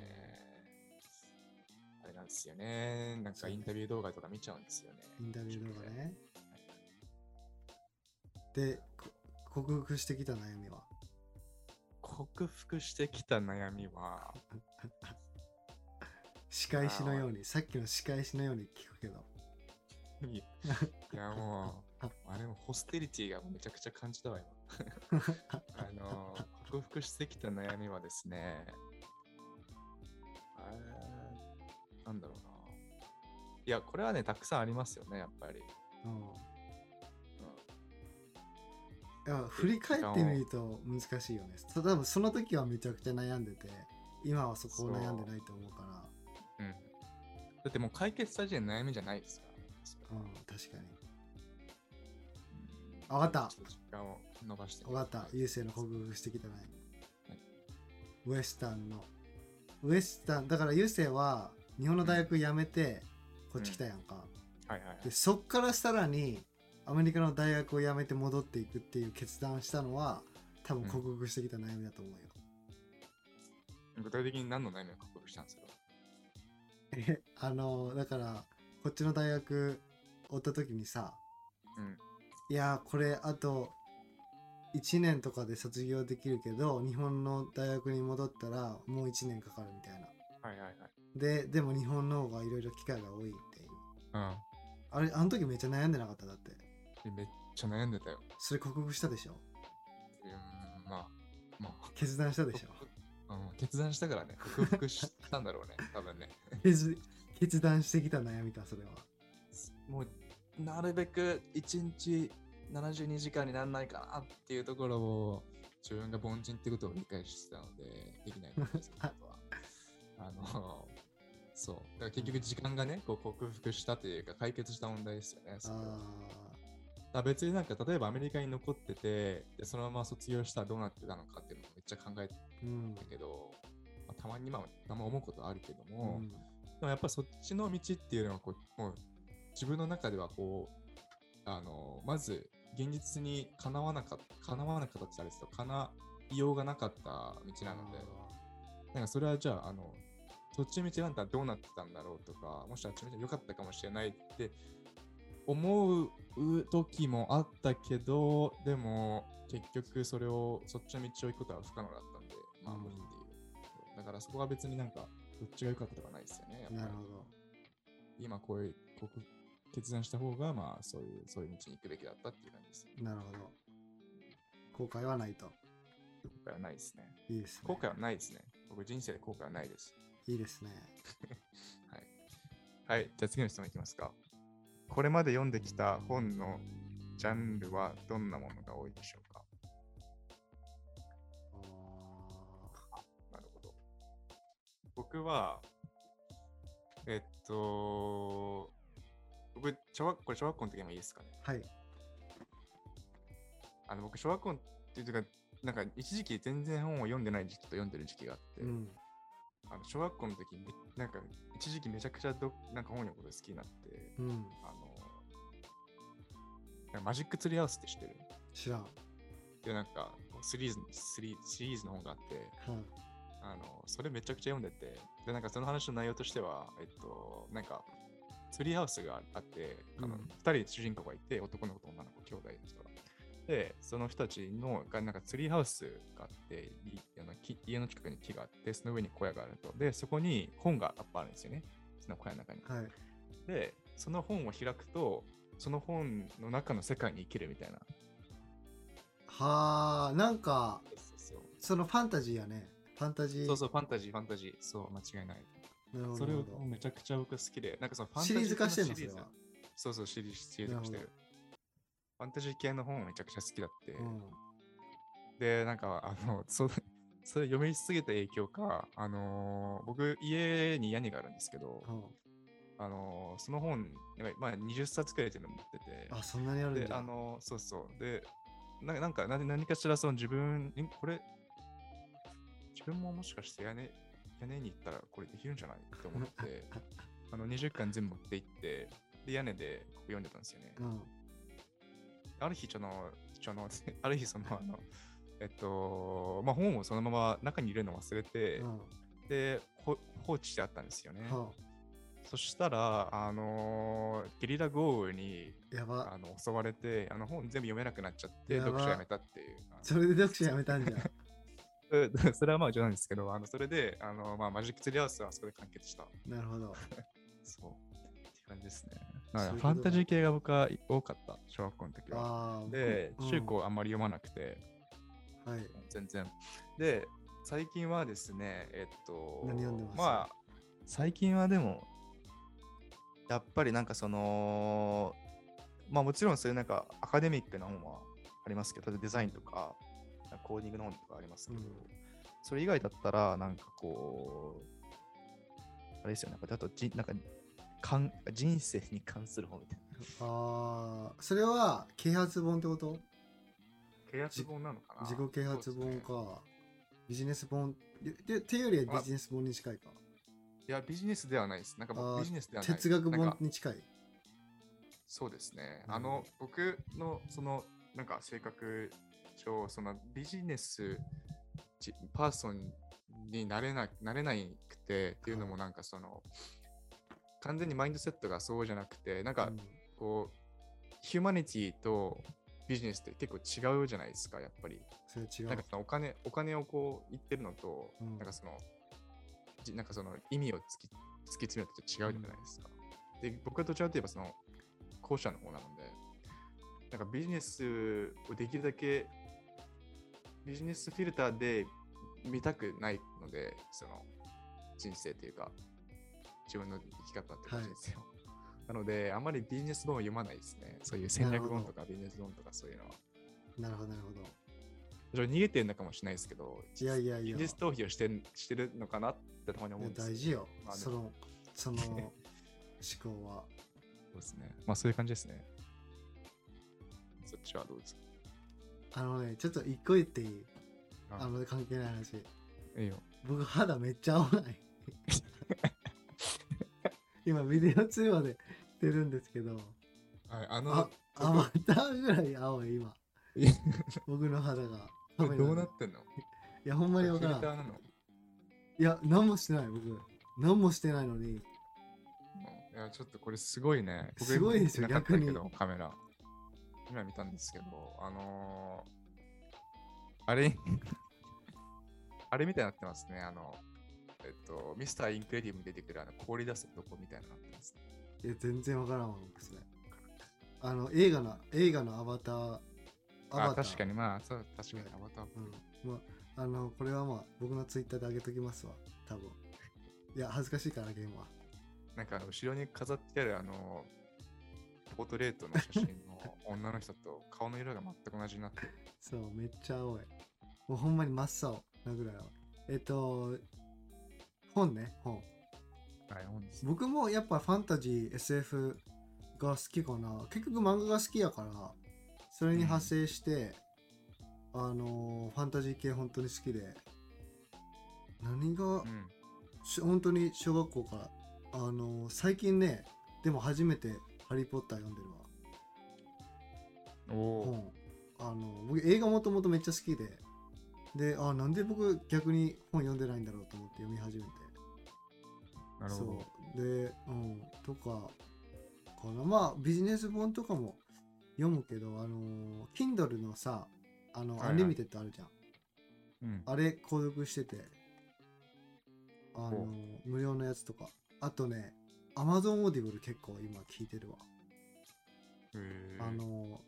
Speaker 1: あれなんですよね、なん
Speaker 2: そ
Speaker 1: か
Speaker 2: うね
Speaker 1: インタビュー動画とか見ちゃうんですよね。
Speaker 2: インタビュー動画ねでこ克服してきた悩みは
Speaker 1: 克服してきた悩みは、
Speaker 2: 仕返しのようにさっきの仕返しのように聞くけど
Speaker 1: いやも
Speaker 2: (laughs)
Speaker 1: う、あれもホステリティがめちゃくちゃ感じたわ、今。あのー、克服してきた悩みはですね、えーなんだろうな。いや、これはね、たくさんありますよね、やっぱり。
Speaker 2: (laughs) うんいや振り返ってみると難しいよねそう多分その時はめちゃくちゃ悩んでて今はそこを悩んでないと思うから
Speaker 1: うん。だってもう解決した時点で悩みじゃないですからね。それ
Speaker 2: う
Speaker 1: は
Speaker 2: ん確かにあわかった
Speaker 1: ちょっと時間を伸ばしてみ
Speaker 2: 分
Speaker 1: よう
Speaker 2: かった
Speaker 1: はい
Speaker 2: 優勢の克服してきたない、ウエスタンのウエスタンだから優勢は日本の大学辞めてこっち来たやんか、
Speaker 1: はいはい。
Speaker 2: でそっからさらにアメリカの大学を辞めて戻っていくっていう決断をしたのは多分克服してきた悩みだと思うよ、
Speaker 1: 具体的に何の悩みを克服したんですか
Speaker 2: え (laughs) あのだからこっちの大学おった時にさ
Speaker 1: うん。
Speaker 2: いやーこれあと1年とかで卒業できるけど日本の大学に戻ったらもう1年かかるみたいな
Speaker 1: はいはいはい。
Speaker 2: ででも日本の方がいろいろ機会が多いっていう
Speaker 1: うん
Speaker 2: あれあの時めっちゃ悩んでなかっただって
Speaker 1: で。めっちゃ悩んでたよ。
Speaker 2: それ克服したでしょ
Speaker 1: うん、まあ、まあ。
Speaker 2: 決断したでしょ
Speaker 1: うん、決断したからね、克服したんだろうね、多分ね。
Speaker 2: 決決断してきた悩みかそれは
Speaker 1: もうなるべく1日72時間にならないかなっていうところを自分が凡人ってことを理解してたのでできないんですけど
Speaker 2: (laughs)
Speaker 1: あのそうだから結局時間がねこう克服したというか解決した問題ですよねそれはだか
Speaker 2: あ
Speaker 1: ら別になんか例えばアメリカに残っててでそのまま卒業したらどうなってたのかっていうのもめっちゃ考えて
Speaker 2: ーうん
Speaker 1: たけど、まあたまに今はたまに思うことはあるけど
Speaker 2: う
Speaker 1: も、
Speaker 2: ん
Speaker 1: でもやっぱそっちの道っていうのはこうもう自分の中ではこうあのまず現実にかなわなかったかなわなかったってあれですけどかないようがなかった道なのでなんかそれはじゃああのそっちの道なんだったらどうなってたんだろうとかもしかしたらあっちの道は良かったかもしれないって思う時もあったけど、でも結局それをそっちの道を行くことは不可能だったんで、まあ
Speaker 2: うん
Speaker 1: 無理っていう。だからそこは別になんかどっちが良かったとかないですよね。やっぱり
Speaker 2: なるほど。
Speaker 1: 今こういうここ決断した方がまあそういうそういう道に行くべきだったっていう感じです。
Speaker 2: なるほど。後悔はないと。
Speaker 1: 後悔はないですね。
Speaker 2: いいですね。
Speaker 1: 後悔はないですね。僕人生で後悔はないです。
Speaker 2: いいですね。
Speaker 1: はい。はい。じゃあ次の質問いきますか。これまで読んできた本のジャンルはどんなものが多いでしょうか
Speaker 2: あ
Speaker 1: なるほど。僕は、えっと、僕、小学これ小学校の時もいいですかね。
Speaker 2: ーはい。
Speaker 1: あの僕、小学校っていうか、なんか一時期全然本を読んでない時期と読んでる時期があって、
Speaker 2: うん。
Speaker 1: あの小学校の時にめなんか一時期めちゃくちゃどなんか本読むこと好きになって、
Speaker 2: うん。
Speaker 1: あの、マジック釣り合わせって知ってる
Speaker 2: 知らん。は
Speaker 1: で、なんかシリーズシリーシリーズの本があって、
Speaker 2: い。
Speaker 1: あのそれめちゃくちゃ読んでてでなんかその話の内容としてはえっとなんかツリーハウスがあってあの、
Speaker 2: うん
Speaker 1: 2人主人公がいて男の子と女の子兄弟の人がでその人たちのがなんかツリーハウスがあっていあの木家の近くに木があってその上に小屋があるとでそこに本がやっぱあるんですよねその小屋の中に
Speaker 2: はい。
Speaker 1: でその本を開くとその本の中の世界に生きるみたいな
Speaker 2: はあ、なんか、
Speaker 1: そうそう
Speaker 2: そのファンタジーやね。ファンタジー。
Speaker 1: そうそうファンタジーファンタジーそう間違いない
Speaker 2: なるほ
Speaker 1: そ
Speaker 2: ど
Speaker 1: れ
Speaker 2: な
Speaker 1: を
Speaker 2: るほ
Speaker 1: めちゃくちゃ僕好きで、なんかそのファ
Speaker 2: ど。
Speaker 1: ンタ
Speaker 2: シ
Speaker 1: ジー
Speaker 2: リーズ化してんの、そ
Speaker 1: シリー
Speaker 2: れ
Speaker 1: ズ
Speaker 2: は。
Speaker 1: そうそう、シリーズシリーズ化して
Speaker 2: な
Speaker 1: る
Speaker 2: る。
Speaker 1: ファンタジー系の本めちゃくちゃ好きだって。
Speaker 2: うん。
Speaker 1: で、なんか、あの、そ (laughs) それ読みすぎた影響か、あのー僕、家に屋根があるんですけど、
Speaker 2: うん
Speaker 1: あのーその本、なんかまあ、20冊くらい全部持ってて、
Speaker 2: あ、そんなにあるん
Speaker 1: で、
Speaker 2: だ。
Speaker 1: あの、そうそう。で、ななんか何、何かしらその自分、んこれ、自分ももしかして屋根、屋根に行ったらこれできるんじゃないと思って、
Speaker 2: (laughs)
Speaker 1: あの、20巻全部持って行って、で、屋根でここ読んでたんですよね。
Speaker 2: うん。
Speaker 1: ある日、その、その (laughs) ある日、その、あの、えっと、まあ、本をそのまま中に入れるの忘れて、
Speaker 2: うん。
Speaker 1: で、ほ放置してあったんですよね。
Speaker 2: は
Speaker 1: そしたら、あのーゲリラ豪雨に
Speaker 2: あ、やば
Speaker 1: あ。の襲われてあの本全部読めなくなっちゃって
Speaker 2: やば
Speaker 1: 読書やめたっていうあの
Speaker 2: それで読書やめたんじゃん。
Speaker 1: うん (laughs) それはまあ冗談ですけどあのそれであの、まあ、マジックツリーハウスはそこで完結した
Speaker 2: なる
Speaker 1: (laughs)
Speaker 2: ほど。
Speaker 1: そうっていう感じですねだから
Speaker 2: そういうこと
Speaker 1: フ
Speaker 2: だ
Speaker 1: ァンタジー系が僕は多かった小学校の時は
Speaker 2: ああ。
Speaker 1: で
Speaker 2: うん
Speaker 1: 中高あんまり読まなくて、
Speaker 2: はい。
Speaker 1: 全然で最近はですねえっと
Speaker 2: 何読んでます
Speaker 1: まあ最近はでもやっぱりなんかそのまあもちろんそういうなんかアカデミックな本はありますけど例えばデザインとかコーディングの本とかありますけど、
Speaker 2: うん
Speaker 1: それ以外だったらなんかこうあれですよねなんかあとじなんかかん人生に関する本みたい
Speaker 2: ああ。それは啓発本ってこと
Speaker 1: な (laughs) 啓発本なのかな
Speaker 2: 自己啓発本か、ビジネス本ででっていうよりはビジネス本に近いか
Speaker 1: いやビジネスではないですなんか
Speaker 2: あ
Speaker 1: 僕
Speaker 2: ー
Speaker 1: ビジネスではない
Speaker 2: 哲学
Speaker 1: なん
Speaker 2: 本
Speaker 1: か
Speaker 2: に近い
Speaker 1: そうですね。
Speaker 2: うん
Speaker 1: あの、僕のその、なんか性格上、そのビジネスじパーソンになれななれないくてっていうのもなんかその、完全にマインドセットがそうじゃなくて、なんか
Speaker 2: うん
Speaker 1: こう、ヒューマニティとビジネスって結構違うじゃないですか、やっぱり。
Speaker 2: それは違
Speaker 1: なん
Speaker 2: う
Speaker 1: かそのお金、お金をこう言ってるのと、
Speaker 2: うん
Speaker 1: なんかその、じなんかその意味を突き突き詰めると違うじゃないですか。で、僕はどちらかといえばその、後者の方なので、なんかビジネスをできるだけ、ビジネスフィルターで見たくないので、その、人生というか、自分の生き方というか
Speaker 2: はい
Speaker 1: 人生を。なので、あまりビジネス本を読まないですね。そういう戦略本とかビジネス本とかそういうのは。
Speaker 2: なるほどなるほ
Speaker 1: ち
Speaker 2: ど
Speaker 1: ょっと逃げてるのかもしれないですけど、
Speaker 2: いやいやい
Speaker 1: イ
Speaker 2: や
Speaker 1: ギリス逃避をしてんしてるのかなってたまに
Speaker 2: い
Speaker 1: 思う
Speaker 2: や
Speaker 1: んですけ
Speaker 2: 大
Speaker 1: ど
Speaker 2: 事よ、
Speaker 1: まあで
Speaker 2: そ
Speaker 1: も
Speaker 2: のその
Speaker 1: (laughs)
Speaker 2: 思考は
Speaker 1: そうですね。まあそういう感じですね。そっちはどうですか
Speaker 2: あのねちょっと一個言っていい
Speaker 1: あ
Speaker 2: あの関係ない話
Speaker 1: いいよ。
Speaker 2: 僕肌めっちゃ青
Speaker 1: (laughs)
Speaker 2: ない今ビデオ通話でしてるんですけど
Speaker 1: はい、あ
Speaker 2: あ
Speaker 1: の、
Speaker 2: アバターぐらい青い今
Speaker 1: いや
Speaker 2: 僕の肌が
Speaker 1: これどう
Speaker 2: カメラ
Speaker 1: な
Speaker 2: で
Speaker 1: ってんの
Speaker 2: いやほんまにわから
Speaker 1: フィルタ
Speaker 2: ん
Speaker 1: ーなの、
Speaker 2: いや、何もしてない、僕。何もしてないのに、
Speaker 1: うんいやちょっとこれすごいね。僕
Speaker 2: すごいですよ
Speaker 1: 見てなかったけど
Speaker 2: 逆
Speaker 1: カメラ。今見たんですけど、あのー、あれ、 (laughs) あれみたいになってますね。あの、えっと、ミスターインクレディブに出てくるあの氷出すとこみたいになってますね。
Speaker 2: いや全然わからんわ僕それあの映画の映画のアバターア
Speaker 1: あ、
Speaker 2: バター
Speaker 1: 確かにまあ、そう確かにアバター。
Speaker 2: うんまあ、あのこれはまあ僕のツイッターで上げときますわ多分いや恥ずかしいからゲームは
Speaker 1: なんかあの後ろに飾ってあるあの、ポートレートの写真の
Speaker 2: (laughs)
Speaker 1: 女の人と顔の色が全く同じになってる。
Speaker 2: そうめっちゃ青いもうほんまに真っ青なぐらい青いえっと本ね本
Speaker 1: あれ、本ですね
Speaker 2: 僕もやっぱファンタジー SF が好きかな結局漫画が好きやからそれに派生して、あのーファンタジー系本当に好きで何が、
Speaker 1: うん。
Speaker 2: し本当に小学校からあのー最近ねでも初めて「ハリー・ポッター」読んでるわ
Speaker 1: おお
Speaker 2: 本あの僕映画もともとめっちゃ好きでであなんで僕逆に本読んでないんだろうと思って読み始めて
Speaker 1: ー、なるほど。
Speaker 2: そうでうんとかかなまあビジネス本とかも読むけどあのー Kindle のさあの、
Speaker 1: はいはい
Speaker 2: アンリミテッドあるじゃん
Speaker 1: うん。
Speaker 2: あれ購読しててあのー
Speaker 1: ほ
Speaker 2: 無料のやつとかあとね Amazon Audible 結構今聞いてるわ
Speaker 1: へー
Speaker 2: あの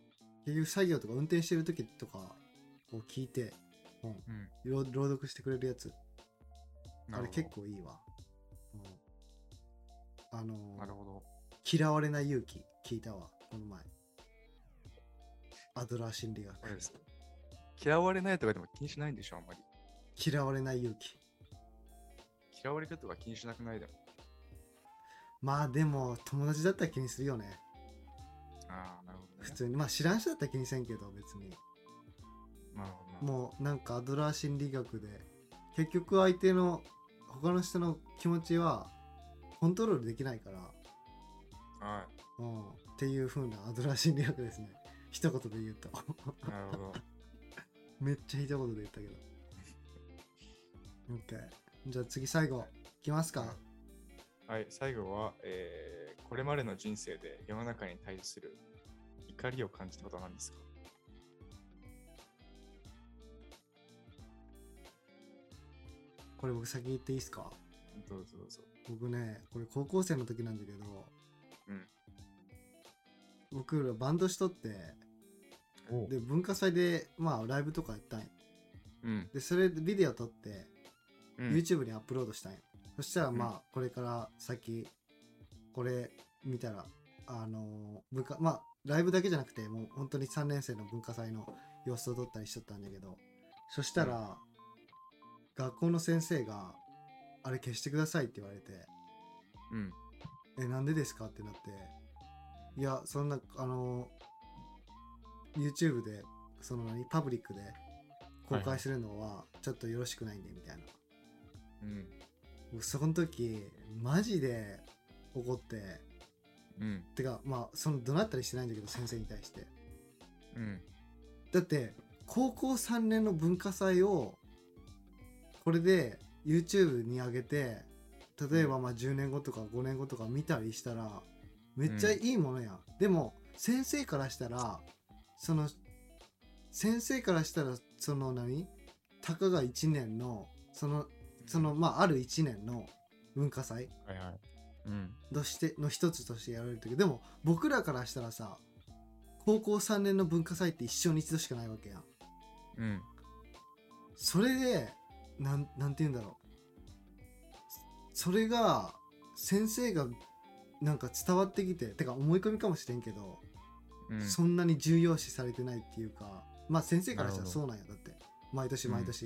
Speaker 2: 結局作業とか運転してる時とかを聞いて本、
Speaker 1: うん
Speaker 2: ろ朗読してくれるやつあ
Speaker 1: なるほ
Speaker 2: れ
Speaker 1: ど
Speaker 2: 結構いいわ、うんあの
Speaker 1: なるほど。
Speaker 2: 嫌われない勇気聞いたわこの前アドラー心理学
Speaker 1: あれです嫌われないとかでも気にしないんでしょ、あんまり。
Speaker 2: 嫌われない勇気
Speaker 1: 嫌われるとか気にしなくないでも。
Speaker 2: まあでも友達だったら気にするよね
Speaker 1: ああ、なるほど、
Speaker 2: 普
Speaker 1: ね。
Speaker 2: 通にまあ知らん人だったら気にせんけど別に
Speaker 1: なるほどな。
Speaker 2: もうなんかアドラー心理学で結局相手の他の人の気持ちはコントロールできないから、
Speaker 1: は
Speaker 2: うん、っていう風なアドラー心理学ですね (laughs) 一言で言うと
Speaker 1: い。
Speaker 2: (laughs)
Speaker 1: なるほど。 (laughs)
Speaker 2: めっちゃ一言で言ったけど OK じゃあ次最後いきますか
Speaker 1: はい、最後は、えーこれまでの人生で世の中に対する怒りを感じたことは何ですか
Speaker 2: これ僕先言っていいですか
Speaker 1: どうぞどうぞ。
Speaker 2: 僕ねこれ高校生の時なんだけど、
Speaker 1: うん
Speaker 2: 僕らバンドしとって
Speaker 1: お
Speaker 2: で文化祭でまあライブとかやったんよ
Speaker 1: うん。
Speaker 2: でそれでビデオ撮って
Speaker 1: うん、
Speaker 2: YouTube にアップロードしたんよ、そしたらまあ、
Speaker 1: う
Speaker 2: これから先これ見たらあのー文化まあライブだけじゃなくてもう本当に3年生の文化祭の様子を撮ったりしとったんだけどそしたら、学校の先生が「あれ消してください」って言われて
Speaker 1: うん。
Speaker 2: 「えなんでですか?」ってなっていやそんなあのー YouTube でその何パブリックで公開するのはちょっとよろしくないんでみたいな、
Speaker 1: うん。
Speaker 2: 僕その時マジで怒って
Speaker 1: うん。
Speaker 2: てかまあその怒鳴ったりしてないんだけど先生に対して
Speaker 1: うん。
Speaker 2: だって高校3年の文化祭をこれで YouTube に上げて例えばまあ10年後とか5年後とか見たりしたらめっちゃいいものやん、でも先生からしたらその先生からしたらその何たかが1年のそのそのまあある1年の文化祭
Speaker 1: はいはい。うん。
Speaker 2: としての一つとしてやられるけどでも僕らからしたらさ高校3年の文化祭って一生に一度しかないわけやん
Speaker 1: うん。
Speaker 2: それでなんなんて言うんだろうそれが先生がなんか伝わってきててか思い込みかもしれんけど、
Speaker 1: うん。
Speaker 2: そんなに重要視されてないっていうかまあ先生からした
Speaker 1: なる
Speaker 2: ら
Speaker 1: ほど
Speaker 2: そうなんやだって毎年毎年、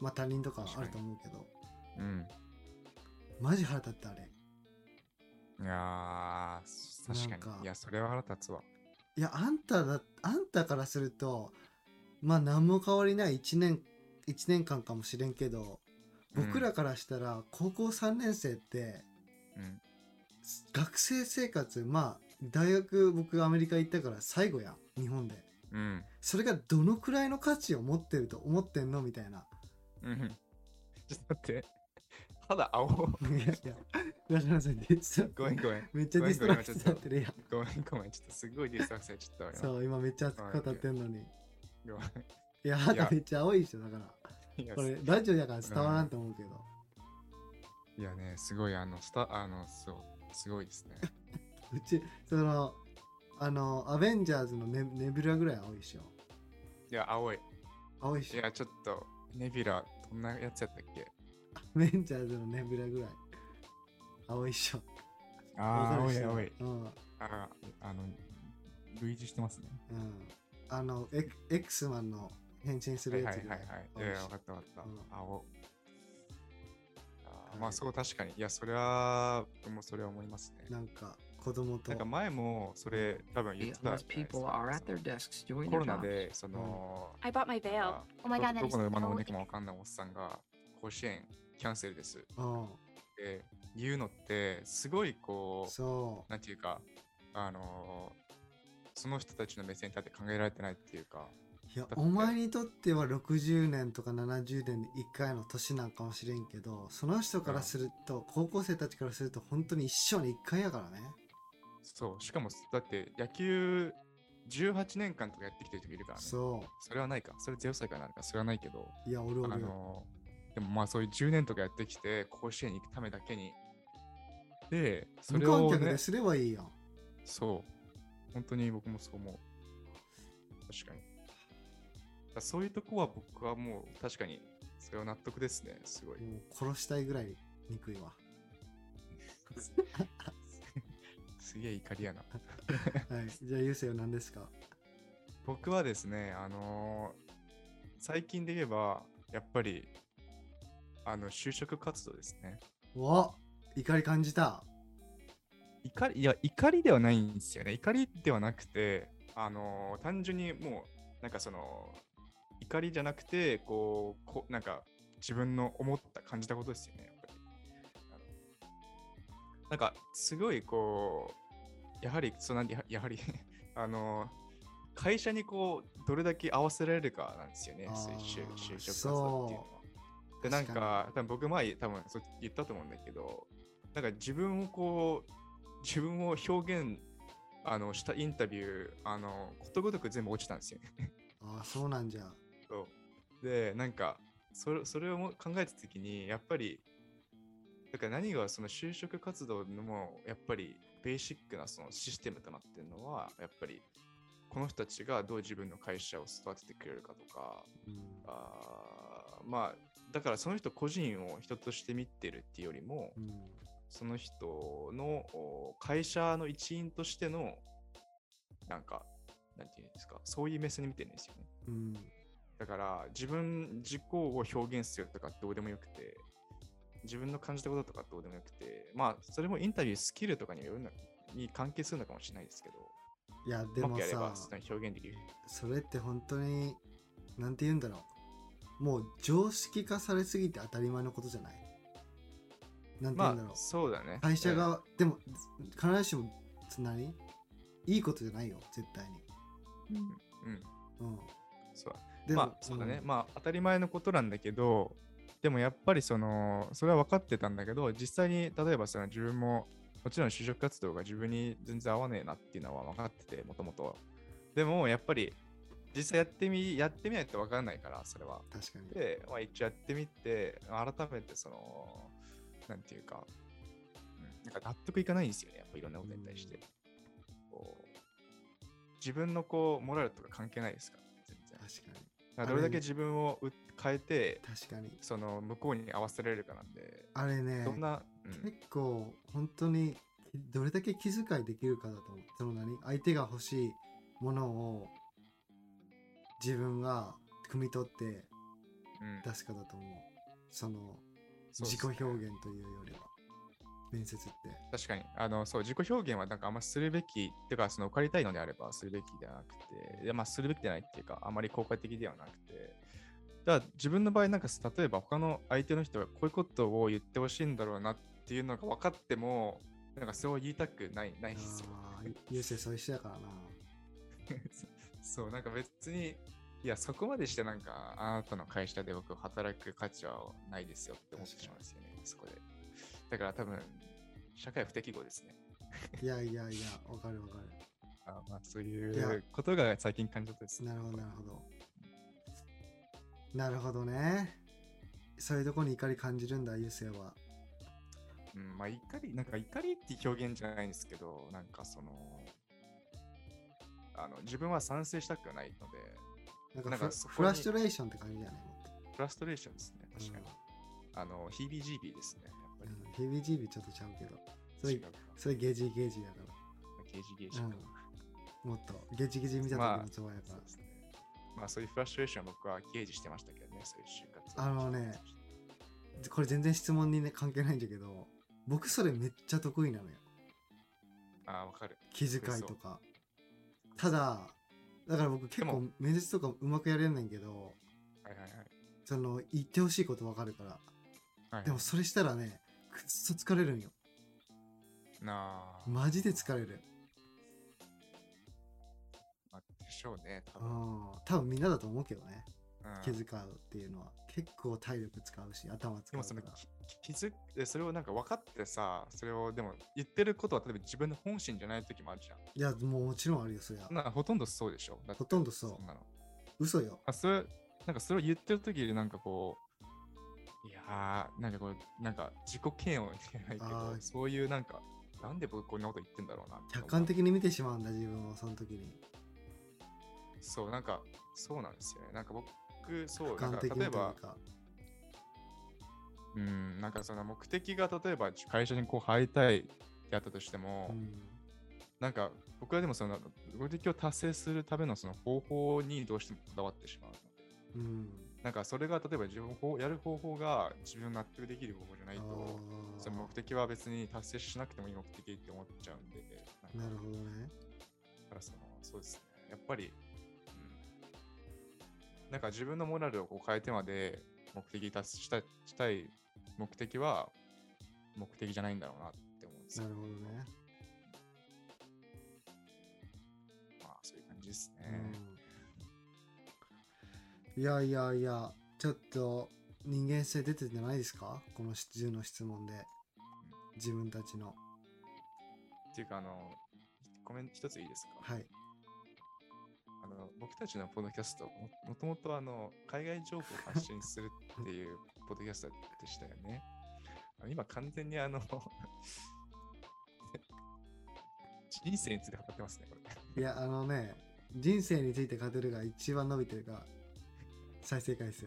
Speaker 2: まあ他人とかあると思うけど
Speaker 1: うん。
Speaker 2: マジ腹立ってあれ
Speaker 1: いやー、確か
Speaker 2: なんか
Speaker 1: に。いや、それは腹立つわ。
Speaker 2: いやあんただあんたからするとまあ何も変わりない1年一年間かもしれんけど
Speaker 1: うん
Speaker 2: 僕らからしたら高校3年生って
Speaker 1: うん。
Speaker 2: 学生生活まあ大学僕アメリカ行ったから最後やん日本で
Speaker 1: うん。
Speaker 2: それがどのく
Speaker 1: (laughs)
Speaker 2: らいの価値を持ってると思ってんのみたいな
Speaker 1: うん。ちょっと待って。 (laughs) ただ青。 (laughs)
Speaker 2: いやいや、吉野さんディス
Speaker 1: ごめんごめん。
Speaker 2: めっちゃディストラクションになってるやん。
Speaker 1: ごめんごめん。ちょっとすごいディストラクションちゃったわ
Speaker 2: そう、今めっちゃ熱く語ってんのに。
Speaker 1: 今。ご
Speaker 2: いや、肌めっちゃ青いでしょ、だから。
Speaker 1: めんいや
Speaker 2: これ、ラジオだから伝わらんと思うけど。
Speaker 1: いやね、すごい、あの、スタ、あの、そう、すごいですね。
Speaker 2: うち、その、あの、アベンジャーズのネネビュラぐらい青いでしょ。
Speaker 1: いや、青い。
Speaker 2: 青いで
Speaker 1: い
Speaker 2: しょ。
Speaker 1: や、ちょっと、ネビュラ、どんなやつやったっけ
Speaker 2: アベンジャーズのネビュラぐらい。青いっしょ。
Speaker 3: ああ、
Speaker 2: わ
Speaker 3: お
Speaker 2: かる
Speaker 3: い
Speaker 2: っしょ
Speaker 3: おい。
Speaker 2: うん。
Speaker 3: ああ、あの、類似してますね。
Speaker 2: うんあの、エク X マンの変身す
Speaker 1: は
Speaker 2: る
Speaker 1: い
Speaker 2: や
Speaker 1: はい
Speaker 2: つ
Speaker 1: はい
Speaker 2: ぐら
Speaker 1: はいい。いやいや、わかったわかった。
Speaker 2: うん
Speaker 1: 青。あー
Speaker 2: はい
Speaker 1: まあそう確かに。いや、それは、もうそれは思いますね。
Speaker 2: なんか、子供と
Speaker 1: なんか前もそれ多分言ってたじゃな
Speaker 4: Unless
Speaker 1: いです
Speaker 4: people are at
Speaker 1: か
Speaker 4: their desks doing
Speaker 1: コ
Speaker 4: their
Speaker 1: ロナ
Speaker 4: jobs.
Speaker 1: で、その、
Speaker 5: I bought my
Speaker 1: なん
Speaker 5: veil.
Speaker 1: か
Speaker 5: Oh my
Speaker 1: ど
Speaker 5: god, that
Speaker 1: ど
Speaker 5: is
Speaker 1: こ
Speaker 5: so
Speaker 1: の馬の骨
Speaker 5: epic.
Speaker 1: かもわかんないおっさんが甲子園キャンセルですっ
Speaker 2: う
Speaker 1: ていうのってすごいこう
Speaker 2: ん。そう。
Speaker 1: なんていうかあのーその人たちの目線に立って考えられてないっていうか
Speaker 2: いや
Speaker 1: って
Speaker 2: お前にとっては60年とか70年で1回の年なんかもしれんけどその人からすると、高校生たちからすると本当に一生に1回やからね
Speaker 1: そうしかもだって野球18年間とかやってきてる人いるからねそ
Speaker 2: そ
Speaker 1: れはないかそれ0歳からなるかそれはないけど
Speaker 2: ういや俺
Speaker 1: あ
Speaker 2: 俺よ
Speaker 1: のーでもまあそういう10年とかやってきて甲子園に行くためだけにでそ
Speaker 2: 無
Speaker 1: れを
Speaker 2: 観客
Speaker 1: ね
Speaker 2: ですればいいやん、
Speaker 1: そう。本当に僕もそう思う。確かに。だからそういうとこは僕はもう確かにそれは納得ですね。すごい。
Speaker 2: もう殺したいぐらい憎いわ
Speaker 1: (laughs) すげえ怒りやな。
Speaker 2: はいじゃあゆうせいは何ですか
Speaker 1: 僕はですね、あのー最近で言えば、やっぱり、あの、就職活動ですね。
Speaker 2: お怒り感じた
Speaker 1: 怒り、いや、怒りではないんですよね。怒りではなくて、あのー単純にもう、なんかその、怒りじゃなくて、こう、こなんか、自分の思った、感じたことですよね、やっぱり。あのなんか、すごい、こう、やはり、そのややはり、 (laughs) あのー会社にこう、どれだけ合わせられるかなんですよね、
Speaker 2: あー
Speaker 1: そういう就就職活動っていうのは。で、なん
Speaker 2: 確
Speaker 1: か、多分僕前、多分そう言ったと思うんだけど、なんか自分をこう、自分を表現あのしたインタビュー、あの、ことごとく全部落ちたんですよね。 (laughs)
Speaker 2: ああそうなんじゃ
Speaker 1: そうで、なんか、それそれをも考えたときに、やっぱり、だから何がその就職活動のも、やっぱりベーシックなそのシステムとなってるのは、やっぱり、この人たちがどう自分の会社を育ててくれるかとか、
Speaker 2: うん
Speaker 1: あーまあ、だからその人個人を人として見てるっていうよりも、
Speaker 2: うん
Speaker 1: その人のお会社の一員としての、なんか、なんていうんですか、そういう目線に見てるんですよね。
Speaker 2: うん
Speaker 1: だから、自分自己を表現するとかどうでもよくて、自分の感じたこととかどうでもよくて、まあ、それもインタビュースキルとかによるのに関係するのかもしれないですけど、
Speaker 2: いやで
Speaker 1: うま
Speaker 2: も
Speaker 1: くやれ
Speaker 2: さ
Speaker 1: ばその表現できる。
Speaker 2: それって本当になんて言うんだろうもう常識化されすぎて当たり前のことじゃないなんて言う
Speaker 1: ま
Speaker 2: んだろ
Speaker 1: あ、
Speaker 2: う、
Speaker 1: そうだね。
Speaker 2: 会社
Speaker 1: うん、
Speaker 2: が、でも必ずしもつなりいいことじゃないよ絶対に
Speaker 1: うん、
Speaker 2: うん
Speaker 1: そう
Speaker 2: でも
Speaker 1: まあそうだね、まあ当たり前のことなんだけどでもやっぱりそのそれは分かってたんだけど実際に例えばその自分ももちろん就職活動が自分に全然合わねえなっていうのは分かっててもともとでもやっぱり実際やってみやってみないと分からないからそれは
Speaker 2: うん確かに
Speaker 1: で、まあ、一応やってみて改めてそのなんていうか、うんなんか納得いかないんですよねやっぱいろんなことに対して、こう自分のこうモラルとか関係ないですから全然
Speaker 2: 確かに
Speaker 1: だからどれだけ自分をう変えて、
Speaker 2: 確かに
Speaker 1: その向こうに合わせられるかなんで、
Speaker 2: あれね
Speaker 1: どんな、うん
Speaker 2: 結構本当にどれだけ気遣いできるかだと思うその何相手が欲しいものを自分が汲み取って
Speaker 1: うん
Speaker 2: 出すかだと思うその
Speaker 1: そう
Speaker 2: 自
Speaker 1: で
Speaker 2: 己
Speaker 1: すね
Speaker 2: 表現というよりは面接って
Speaker 1: 確かに、あの、そう、自己表現はなんかあんまするべき、っていうか、その、借りたいのであればするべきではなくて、いやまあ、するべきではないっていうか、あまり効果的ではなくて、だから自分の場合、なんか、例えば他の相手の人がこういうことを言ってほしいんだろうなっていうのが分かっても、なんか、そう言いたくない、ないんですよ。
Speaker 2: ああ優勢そういう人やからな
Speaker 1: そう、なんか別に、いや、そこまでしてなんか、あなたの会社で僕働く価値はないですよって思ってしまうんですよね。そこで。だから多分、社会不適合ですね。
Speaker 2: いやいやいや、わかるわかる。
Speaker 1: あまあ、そう
Speaker 2: い
Speaker 1: い
Speaker 2: や
Speaker 1: うことが最近感じたですね。
Speaker 2: なるほどなるほど。なるほどね。そういうとこに怒り感じるんだ、優勢は。
Speaker 1: うん、まあ、怒り、なんか怒りっていう表現じゃないんですけど、なんかその、あの自分は賛成したくないので、
Speaker 2: なんか
Speaker 1: なんか
Speaker 2: フ
Speaker 1: そこに
Speaker 2: フラストレーションって感じだね。
Speaker 1: フラストレーションですね、確かに。
Speaker 2: う
Speaker 1: あの、ヒービージービーですね、やっぱり
Speaker 2: ん。うん、ヘビジービちょっとちゃうけど。そ。れ
Speaker 1: 違うか
Speaker 2: それゲジゲジやか
Speaker 1: ゲージゲージ
Speaker 2: ら。
Speaker 1: か。
Speaker 2: うん。もっとゲジゲジ見た時のツボやか
Speaker 1: そう
Speaker 2: ら
Speaker 1: で。すね。まあそういうフラストレーションは僕はゲージしてましたけどね、そういう就活を
Speaker 2: あのねこれ全然質問にね関係ないんだけど、僕それめっちゃ得意なのよ。
Speaker 1: ああ、わかる。
Speaker 2: 気遣いとか。ただ、だから僕結構面接とかうまくやれんねんけど、
Speaker 1: はいはいはい。
Speaker 2: その言ってほしいことわかるから。
Speaker 1: はい、
Speaker 2: でもそれしたらね、くっそ疲れるんよ。
Speaker 1: なあ、
Speaker 2: マジで疲れる。
Speaker 1: まあでしょうね、多
Speaker 2: う
Speaker 1: 分。
Speaker 2: ん。多分みんなだと思うけどね。
Speaker 1: うん
Speaker 2: 気遣うっていうのは。結構体力使うし、頭
Speaker 1: で
Speaker 2: 使う
Speaker 1: もそ
Speaker 2: か
Speaker 1: の
Speaker 2: ら。
Speaker 1: き気づえそれをなんか分かってさ、それをでも言ってることは例えば自分の本心じゃない時もあるじゃん。
Speaker 2: いや、もうもちろんあるよ、そりゃ
Speaker 1: そん。なほとんどそうでしょ。だって
Speaker 2: ほとんどそ
Speaker 1: んなの。
Speaker 2: う。嘘よ。
Speaker 1: あそれなんかそれを言ってる時でなんかこう、いやー、なんかこう、なんか自己嫌悪じゃないけ
Speaker 2: あ
Speaker 1: ど
Speaker 2: ー、
Speaker 1: そういうなんか、なんで僕こんなこと言ってんだろうなみたいな。
Speaker 2: 客観的に見てしまうんだ、自分を、その時に。
Speaker 1: そう、なんか、そうなんですよね。なんか僕、そう、
Speaker 2: 客
Speaker 1: なん
Speaker 2: 観
Speaker 1: か
Speaker 2: 的にと
Speaker 1: 例
Speaker 2: い
Speaker 1: え
Speaker 2: うか
Speaker 1: ば、。うん、なんかその目的が例えば会社にこう入りたいやったとしても、
Speaker 2: うん
Speaker 1: なんか僕はでもその目的を達成するためのその方法にどうしてもこだわってしまうので。
Speaker 2: うん。
Speaker 1: なんかそれが例えば自分をやる方法が自分の納得できる方法じゃない
Speaker 2: あ
Speaker 1: と、
Speaker 2: ー
Speaker 1: その目的は別に達成しなくてもいい目的って思っちゃうんで、なんか
Speaker 2: なるほどね。
Speaker 1: だからそのそうですねやっぱり、うん、なんか自分のモラルをこう変えてまで目的達したしたい目的は目的じゃないんだろうなって思うんです
Speaker 2: な
Speaker 1: よ
Speaker 2: るほどね。
Speaker 1: まあそういう感じですね、
Speaker 2: うんいやいやいや、ちょっと人間性出てんじゃないですかこの10の質問で。自分たちの。
Speaker 1: っていうかあのコメント一ついいですか、
Speaker 2: はい。
Speaker 1: あの僕たちのポッドキャストももともとあの海外情報を発信するっていう (laughs) ポッドキャストでしたよねあの今完全にあの (laughs) 人生について語ってますねこれ
Speaker 2: いや、あのね、人生について語るが一番伸びてるが、再生回数。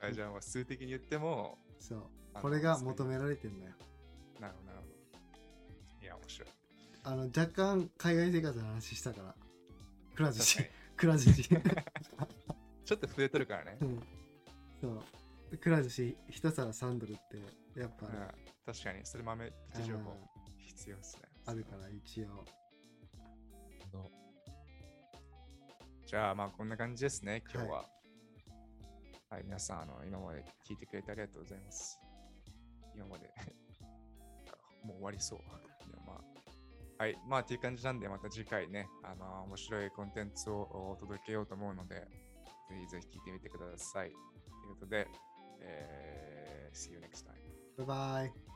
Speaker 1: あじゃあまあ数的に言っても、
Speaker 2: そう。
Speaker 1: あの
Speaker 2: これが求め
Speaker 1: そう
Speaker 2: られてんだよ。
Speaker 1: いうなるほど、なるほど。いや、面白い。
Speaker 2: あの、若干海外生活の話したから。くら寿司
Speaker 1: 確。
Speaker 2: くら寿
Speaker 1: (laughs)
Speaker 2: 司。
Speaker 1: かにちょっと増えとるからね
Speaker 2: う。んそう。くら寿司、一皿3ドルって、やっぱ
Speaker 1: う
Speaker 2: ね、
Speaker 1: ん確かに、それ豆、プチ情報
Speaker 2: うん
Speaker 1: 必要ですね。
Speaker 2: あるから一応。
Speaker 1: じゃあ、まあ、こんな感じですね、今日は。はい皆さんあの、今まで聞いてくれてありがとうございます。今まで、 (laughs) もう終わりそう。いやまあ、はい、まあ、という感じなんで、また次回ね、あの面白いコンテンツをお届けようと思うので、ぜひぜひ聞いてみてください。ということで、えー、See you next time.
Speaker 2: バイバイ。